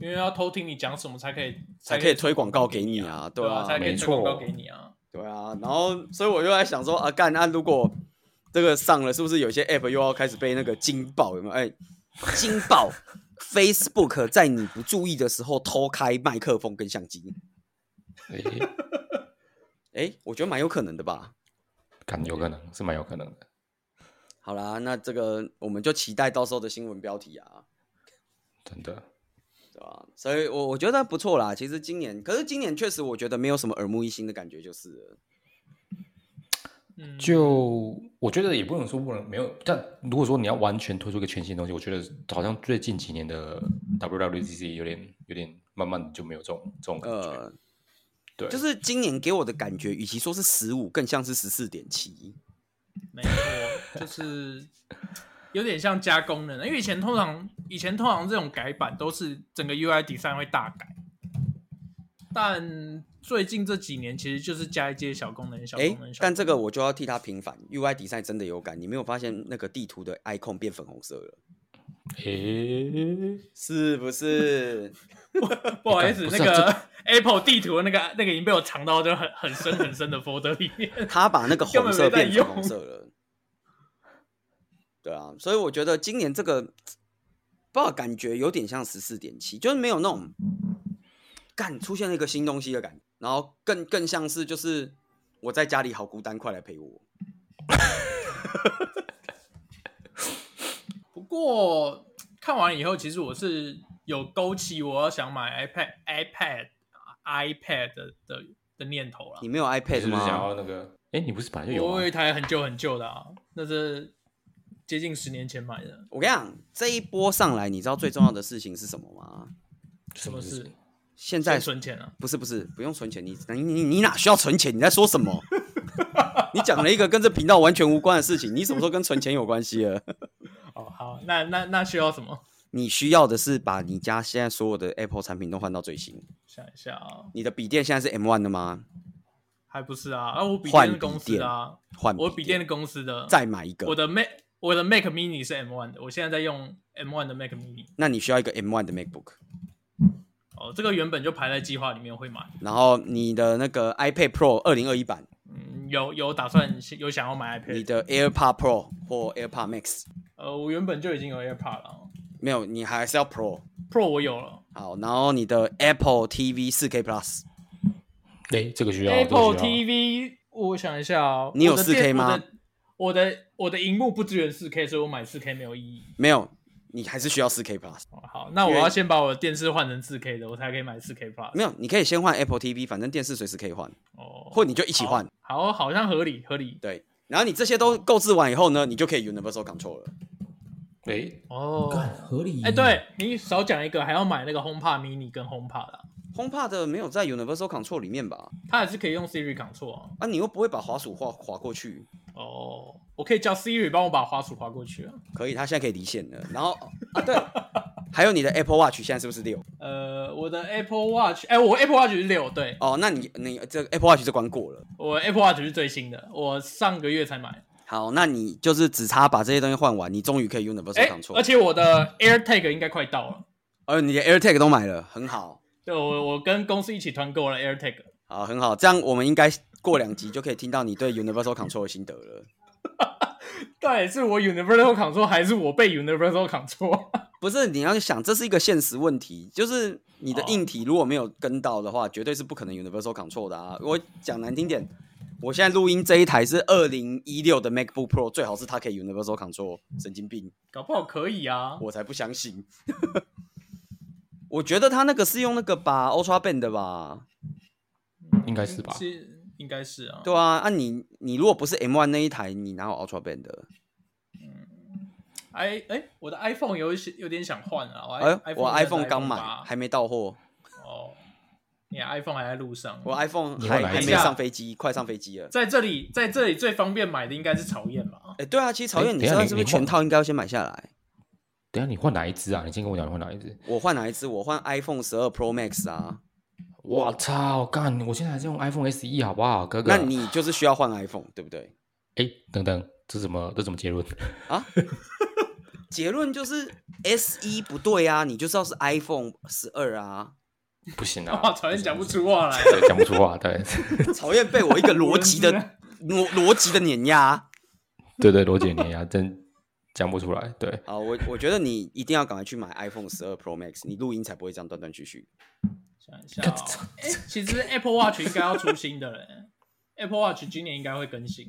Speaker 1: 因为要偷听你讲什么才可以，
Speaker 2: 才可以推广告给你啊，对
Speaker 1: 对啊，
Speaker 2: 啊，
Speaker 1: 才可以
Speaker 4: 没
Speaker 1: 推
Speaker 4: 错
Speaker 1: 广告给你啊。
Speaker 2: 对啊，然后所以我就在想说啊，干那、如果这个上了，是不是有些 app 又要开始被那个惊爆？有没有？哎、惊 爆！Facebook 在你不注意的时候偷开麦克风跟相机，
Speaker 4: 诶，
Speaker 2: 哎、我觉得蛮有可能的吧。
Speaker 4: 感有可能是蛮有可能的。
Speaker 2: 好啦，那这个我们就期待到时候的新闻标题啊，
Speaker 4: 真的，
Speaker 2: 对吧、所以我我觉得不错啦。其实今年，可是今年确实我觉得没有什么耳目一新的感觉，就是了
Speaker 1: 嗯，
Speaker 4: 就我觉得也不能说不能没有，但如果说你要完全推出一个全新的东西，我觉得好像最近几年的 WWDC 有点有点慢慢地就没有这种这种感觉，
Speaker 2: 呃，
Speaker 4: 对，
Speaker 2: 就是今年给我的感觉，与其说是十五，更像是十四点七。
Speaker 1: 没错，就是有点像加功能，因为以前通常以前通常这种改版都是整个 UI design 会大改，但最近这几年其实就是加一些小功能、小
Speaker 2: 哎、
Speaker 1: 功能、小
Speaker 2: 但这
Speaker 1: 功
Speaker 2: 个我就要替他平反，UI 底赛真的有感，你没有发现那个地图的 icon 变粉红色了，
Speaker 4: 诶，
Speaker 2: 是不是？
Speaker 1: 能不好意思，
Speaker 4: 不
Speaker 1: 那
Speaker 4: 是啊
Speaker 1: 个 Apple 地图的那个那个已经被我藏到就很很深 很深的 folder 里面。
Speaker 2: 他把那个红
Speaker 1: 根本
Speaker 2: 色变
Speaker 1: 没在
Speaker 2: 粉
Speaker 1: 用
Speaker 2: 红色了。对啊，所以我觉得今年这个不知道感觉有点像十四点七，就是没有那种干出现了一个新东西的感觉，然后更更像是就是我在家里好孤单，快来陪我。
Speaker 1: 不过看完以后，其实我是有勾起我要想买 iPad、iPad、iPad 的的的念头啦
Speaker 2: 你。没有
Speaker 4: 你
Speaker 2: iPad
Speaker 4: 是不是想
Speaker 2: 吗？
Speaker 4: 要那个？诶，你不是本来就有吗
Speaker 1: 我有一台很旧很旧的啊，那是接近十年前买的。
Speaker 2: 我跟你讲，这一波上来，你知道最重要的事情是什么吗？
Speaker 4: 什么
Speaker 1: 什
Speaker 4: 事
Speaker 1: 么事？
Speaker 2: 现
Speaker 1: 在
Speaker 2: 在
Speaker 1: 存钱啊，
Speaker 2: 不是不是，不用存钱，你你你你哪需要存钱？你在说什么？ 你讲了一个跟这频道完全无关的事情，你什么时候跟存钱有关系了？
Speaker 1: 哦，好，那那那需要什么？
Speaker 2: 你需要的是把你家现在所有的 Apple 产品都换到最新。
Speaker 1: 想一下啊，
Speaker 2: 你的笔电现在是 M one 的吗？
Speaker 1: 还不是啊，啊，我笔
Speaker 2: 换
Speaker 1: 电是公司的啊，
Speaker 2: 换
Speaker 1: 我笔电
Speaker 2: 的
Speaker 1: 是公司的，
Speaker 2: 再买一个
Speaker 1: 我，的 Mac 我的 Mac Mini 是 M One 的，我现在在用 M One 的 Mac Mini。
Speaker 2: 那你需要一个 M one 的 MacBook，
Speaker 1: 哦，这个原本就排在计划里面会买，
Speaker 2: 然后你的那个 iPad Pro 二零二一版，
Speaker 1: 嗯，有有打算有想要买
Speaker 2: 你
Speaker 1: iPad，
Speaker 2: 的 AirPod Pro 或 AirPod Max，
Speaker 1: 呃，我原本就已经有 AirPod 了哦
Speaker 2: 没有，你还是要 Pro。
Speaker 1: ，Pro 我有了
Speaker 2: 好，然后你的 Apple TV 四 K Plus，
Speaker 4: 诶，哎这个需要这个需要
Speaker 1: ，Apple TV 我想一下哦，
Speaker 2: 你有
Speaker 1: 我的电
Speaker 2: 4K
Speaker 1: 我
Speaker 2: 吗
Speaker 1: 的我的我的荧幕不支援 4K，所以我买 4K 没有意义。
Speaker 2: 没有，你还是需要四 K Plus。
Speaker 1: 哦好，那我
Speaker 2: 因为
Speaker 1: 要先把我的电视换成 4K 的，我才可以买 4K Plus。
Speaker 2: 没有，你可以先换 Apple TV，反正电视随时可以换，
Speaker 1: 哦，
Speaker 2: 或你就一起换。
Speaker 1: 好，好像合理合理。
Speaker 2: 对，然后你这些都购置完以后呢，你就可以 Universal Control 了。
Speaker 4: 诶，
Speaker 2: 哎
Speaker 1: 哦，
Speaker 4: 合理
Speaker 1: 哎，对你少讲一个，还要买那个 HomePod Mini 跟 HomePod 啦，
Speaker 2: HomePod 没有在 Universal Control 里面吧？
Speaker 1: 它也是可以用 Siri 扛错啊。
Speaker 2: 啊，你又不会把滑鼠划划过去？
Speaker 1: 哦，我可以叫 Siri 帮我把滑鼠滑过去啊。
Speaker 2: 可以，它现在可以离线了。然后啊，对，还有你的 Apple Watch 现在是不是六？
Speaker 1: 呃，我的 Apple Watch，哎，我 Apple Watch 是六，对，
Speaker 2: 哦，那你你这个 Apple Watch 这关过了。
Speaker 1: 我 Apple Watch 是最新的，我上个月才买。
Speaker 2: 好，那你就是只差把这些东西换完，你终于可以 Universal
Speaker 1: 哎，
Speaker 2: Control。
Speaker 1: 而，且我的 AirTag 应该快到了。
Speaker 2: 呃，你的 AirTag 都买了，很好，
Speaker 1: 对，我我跟公司一起团购了 AirTag。
Speaker 2: 好，很好。这样我们应该过两集就可以听到你对 Universal Control 的心得了。
Speaker 1: 到底是我 Universal Control 还是我被 Universal Control？
Speaker 2: 不是，你要想，这是一个现实问题，就是你的
Speaker 1: 哦
Speaker 2: 硬体如果没有跟到的话，绝对是不可能 Universal Control 的啊。我讲难听点，我现在录音这一台是二零一六的 MacBook Pro，最好是它可以 Universal Control，神经病，
Speaker 1: 搞不好可以啊。
Speaker 2: 我才不相信。 我觉得它那个是用那个吧，Ultra Band 的吧？
Speaker 4: 应该是吧？
Speaker 1: 是应该是啊。
Speaker 2: 对啊，啊你你如果不是 M1 那一台，你哪有 Ultra Band 的？
Speaker 1: 哎哎，我的 iPhone 有一些有点想换啊。我
Speaker 2: 哎
Speaker 1: i，iPhone
Speaker 2: 我
Speaker 1: 现在
Speaker 2: iPhone
Speaker 1: 是
Speaker 2: 刚买，
Speaker 1: 8
Speaker 2: 还没到货，
Speaker 1: 哦。你的 iPhone 还在路上。
Speaker 2: 我 iPhone
Speaker 4: 你
Speaker 2: 还
Speaker 4: 会买
Speaker 2: 还
Speaker 4: 一
Speaker 2: 没
Speaker 1: 下
Speaker 2: 上飞机，快上飞机了。
Speaker 1: 在这里，在这里最方便买的应该是曹燕吧？
Speaker 2: 哎、对啊，其实曹
Speaker 4: 哎
Speaker 2: 燕，你
Speaker 4: 等一
Speaker 2: 现
Speaker 4: 下
Speaker 2: 在
Speaker 4: 你
Speaker 2: 是不是
Speaker 4: 你
Speaker 2: 全
Speaker 4: 换
Speaker 2: 套应该要先买下来？
Speaker 4: 等一下你换哪一只啊？你先跟我讲你换哪一只。
Speaker 2: 我换哪一只？我换 iPhone 十二 Pro Max 啊。
Speaker 4: 我操，干！我现在还是用 iPhone SE 好不好，哥哥？
Speaker 2: 那你就是需要换 iPhone，对不对？
Speaker 4: 哎，等等，这怎么这怎么结论？
Speaker 2: 结论就是 S 一不对啊，你就是要是 iPhone 十二啊。
Speaker 4: 不行啊，
Speaker 1: 哇，讨厌讲不出 话来。
Speaker 4: 对，讲不出话，对，
Speaker 2: 讨厌被我一个逻辑的逻逻辑的碾压。
Speaker 4: 对对，罗姐你啊，真讲不出来，对，
Speaker 2: 好，我我觉得你一定要赶快去买 iPhone 十二 Pro Max，你录音才不会这样断断续续。
Speaker 1: 想一下、 哦，哎、其实 Apple Watch 应该要出新的嘞，Apple Watch 今年应该会更新。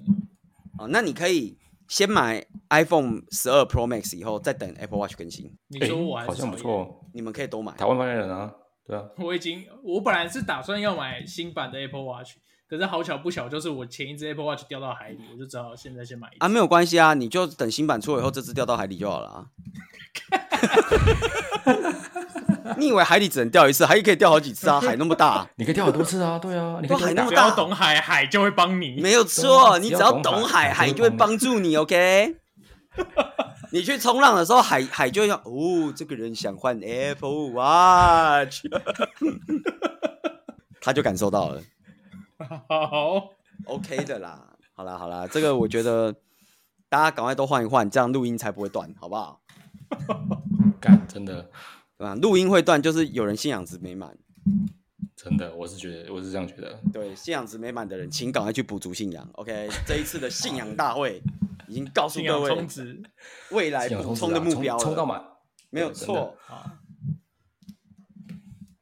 Speaker 2: 啊，那你可以先买 iPhone 十二 Pro Max 以后，再等 Apple Watch 更新，
Speaker 1: 你
Speaker 4: 哎
Speaker 1: 说我还是
Speaker 4: 好像不
Speaker 1: 讨厌
Speaker 4: 错，哦，
Speaker 2: 你们可以都买
Speaker 4: 台。湾发言人啊，对啊，
Speaker 1: 我已经，我本来是打算要买新版的 Apple Watch，可是好巧不巧，就是我前一只 Apple Watch 掉到海里，我就只好现在先买一只。
Speaker 2: 啊，没有关系啊，你就等新版出了以后，这只掉到海里就好了、啊。 你以为海里只能掉一次，海里可以掉好几次啊？海那 么大，
Speaker 4: 你可以跳好多次啊，对啊，你可以
Speaker 2: 都还
Speaker 4: 跳
Speaker 2: 那么
Speaker 1: 只
Speaker 2: 大
Speaker 1: 要懂海，海就会帮你。
Speaker 2: 没有错。
Speaker 4: 对啊
Speaker 2: 你
Speaker 4: 只
Speaker 2: 只
Speaker 4: 要
Speaker 2: 要
Speaker 4: 懂
Speaker 2: 懂
Speaker 4: 海海
Speaker 2: 海，海
Speaker 4: 就
Speaker 2: 就会
Speaker 4: 会帮
Speaker 2: 帮助你。OK。你去冲浪的时候，海海就会想，哦，这个人想换 Apple Watch，他就感受到了。
Speaker 1: 好，
Speaker 2: OK 的啦。好啦好啦，这个我觉得大家赶快都换一换，这样录音才不会断，好不好？
Speaker 4: 干，真的
Speaker 2: 对吧？录音会断就是有人信仰值没满，
Speaker 4: 真的，我是觉得我是这样觉得，
Speaker 2: 对，信仰值没满的人，请赶快去补足信仰。OK，这 一次的信仰大会已经告诉
Speaker 1: 信
Speaker 2: 各
Speaker 1: 仰
Speaker 2: 位
Speaker 1: 充值。
Speaker 2: 未来
Speaker 4: 信仰
Speaker 2: 哎
Speaker 4: 充
Speaker 2: 补充
Speaker 4: 值
Speaker 2: 的
Speaker 4: 啊
Speaker 2: 目标
Speaker 4: 冲冲到
Speaker 2: 了，
Speaker 4: 满，
Speaker 2: 没有
Speaker 4: 对真
Speaker 2: 错
Speaker 4: 的。
Speaker 1: 好，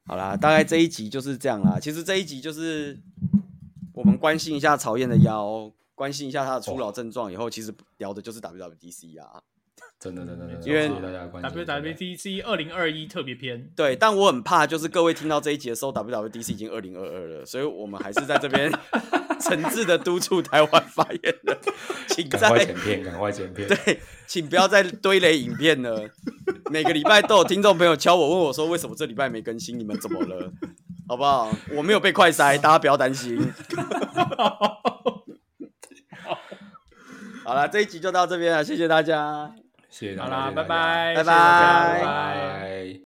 Speaker 2: 好啦，大概这一集就是这样啦。其实这一集就是我们关心一下曹燕的腰，关心一下他的初老症状以后，其实聊的就是 WWDC 啊。
Speaker 4: 真的真的真的，
Speaker 2: 因为
Speaker 4: 谢谢大家的关心
Speaker 1: WWDC 二零二一特别篇，
Speaker 2: 对，但我很怕，就是各位听到这一集的时候，WWDC 已经二零二二了，所以我们还是在这 边诚挚的督促台湾发言人，请
Speaker 4: 赶快
Speaker 2: 在
Speaker 4: 剪片，赶快剪片，
Speaker 2: 对，请不要再堆垒影片了。每个礼拜都有听众朋友敲我，问我说为什么这礼拜没更新，你们怎么了？好不好？我没有被快塞，大家不要担心。好了，这一集就到这边了，谢谢大家。
Speaker 4: 谢谢大
Speaker 1: 好
Speaker 4: 家，
Speaker 1: 啦，
Speaker 4: 谢谢大
Speaker 1: 拜
Speaker 4: 家
Speaker 1: 拜，谢谢
Speaker 2: 拜
Speaker 1: 大家
Speaker 2: 拜
Speaker 1: 拜拜。
Speaker 4: 拜。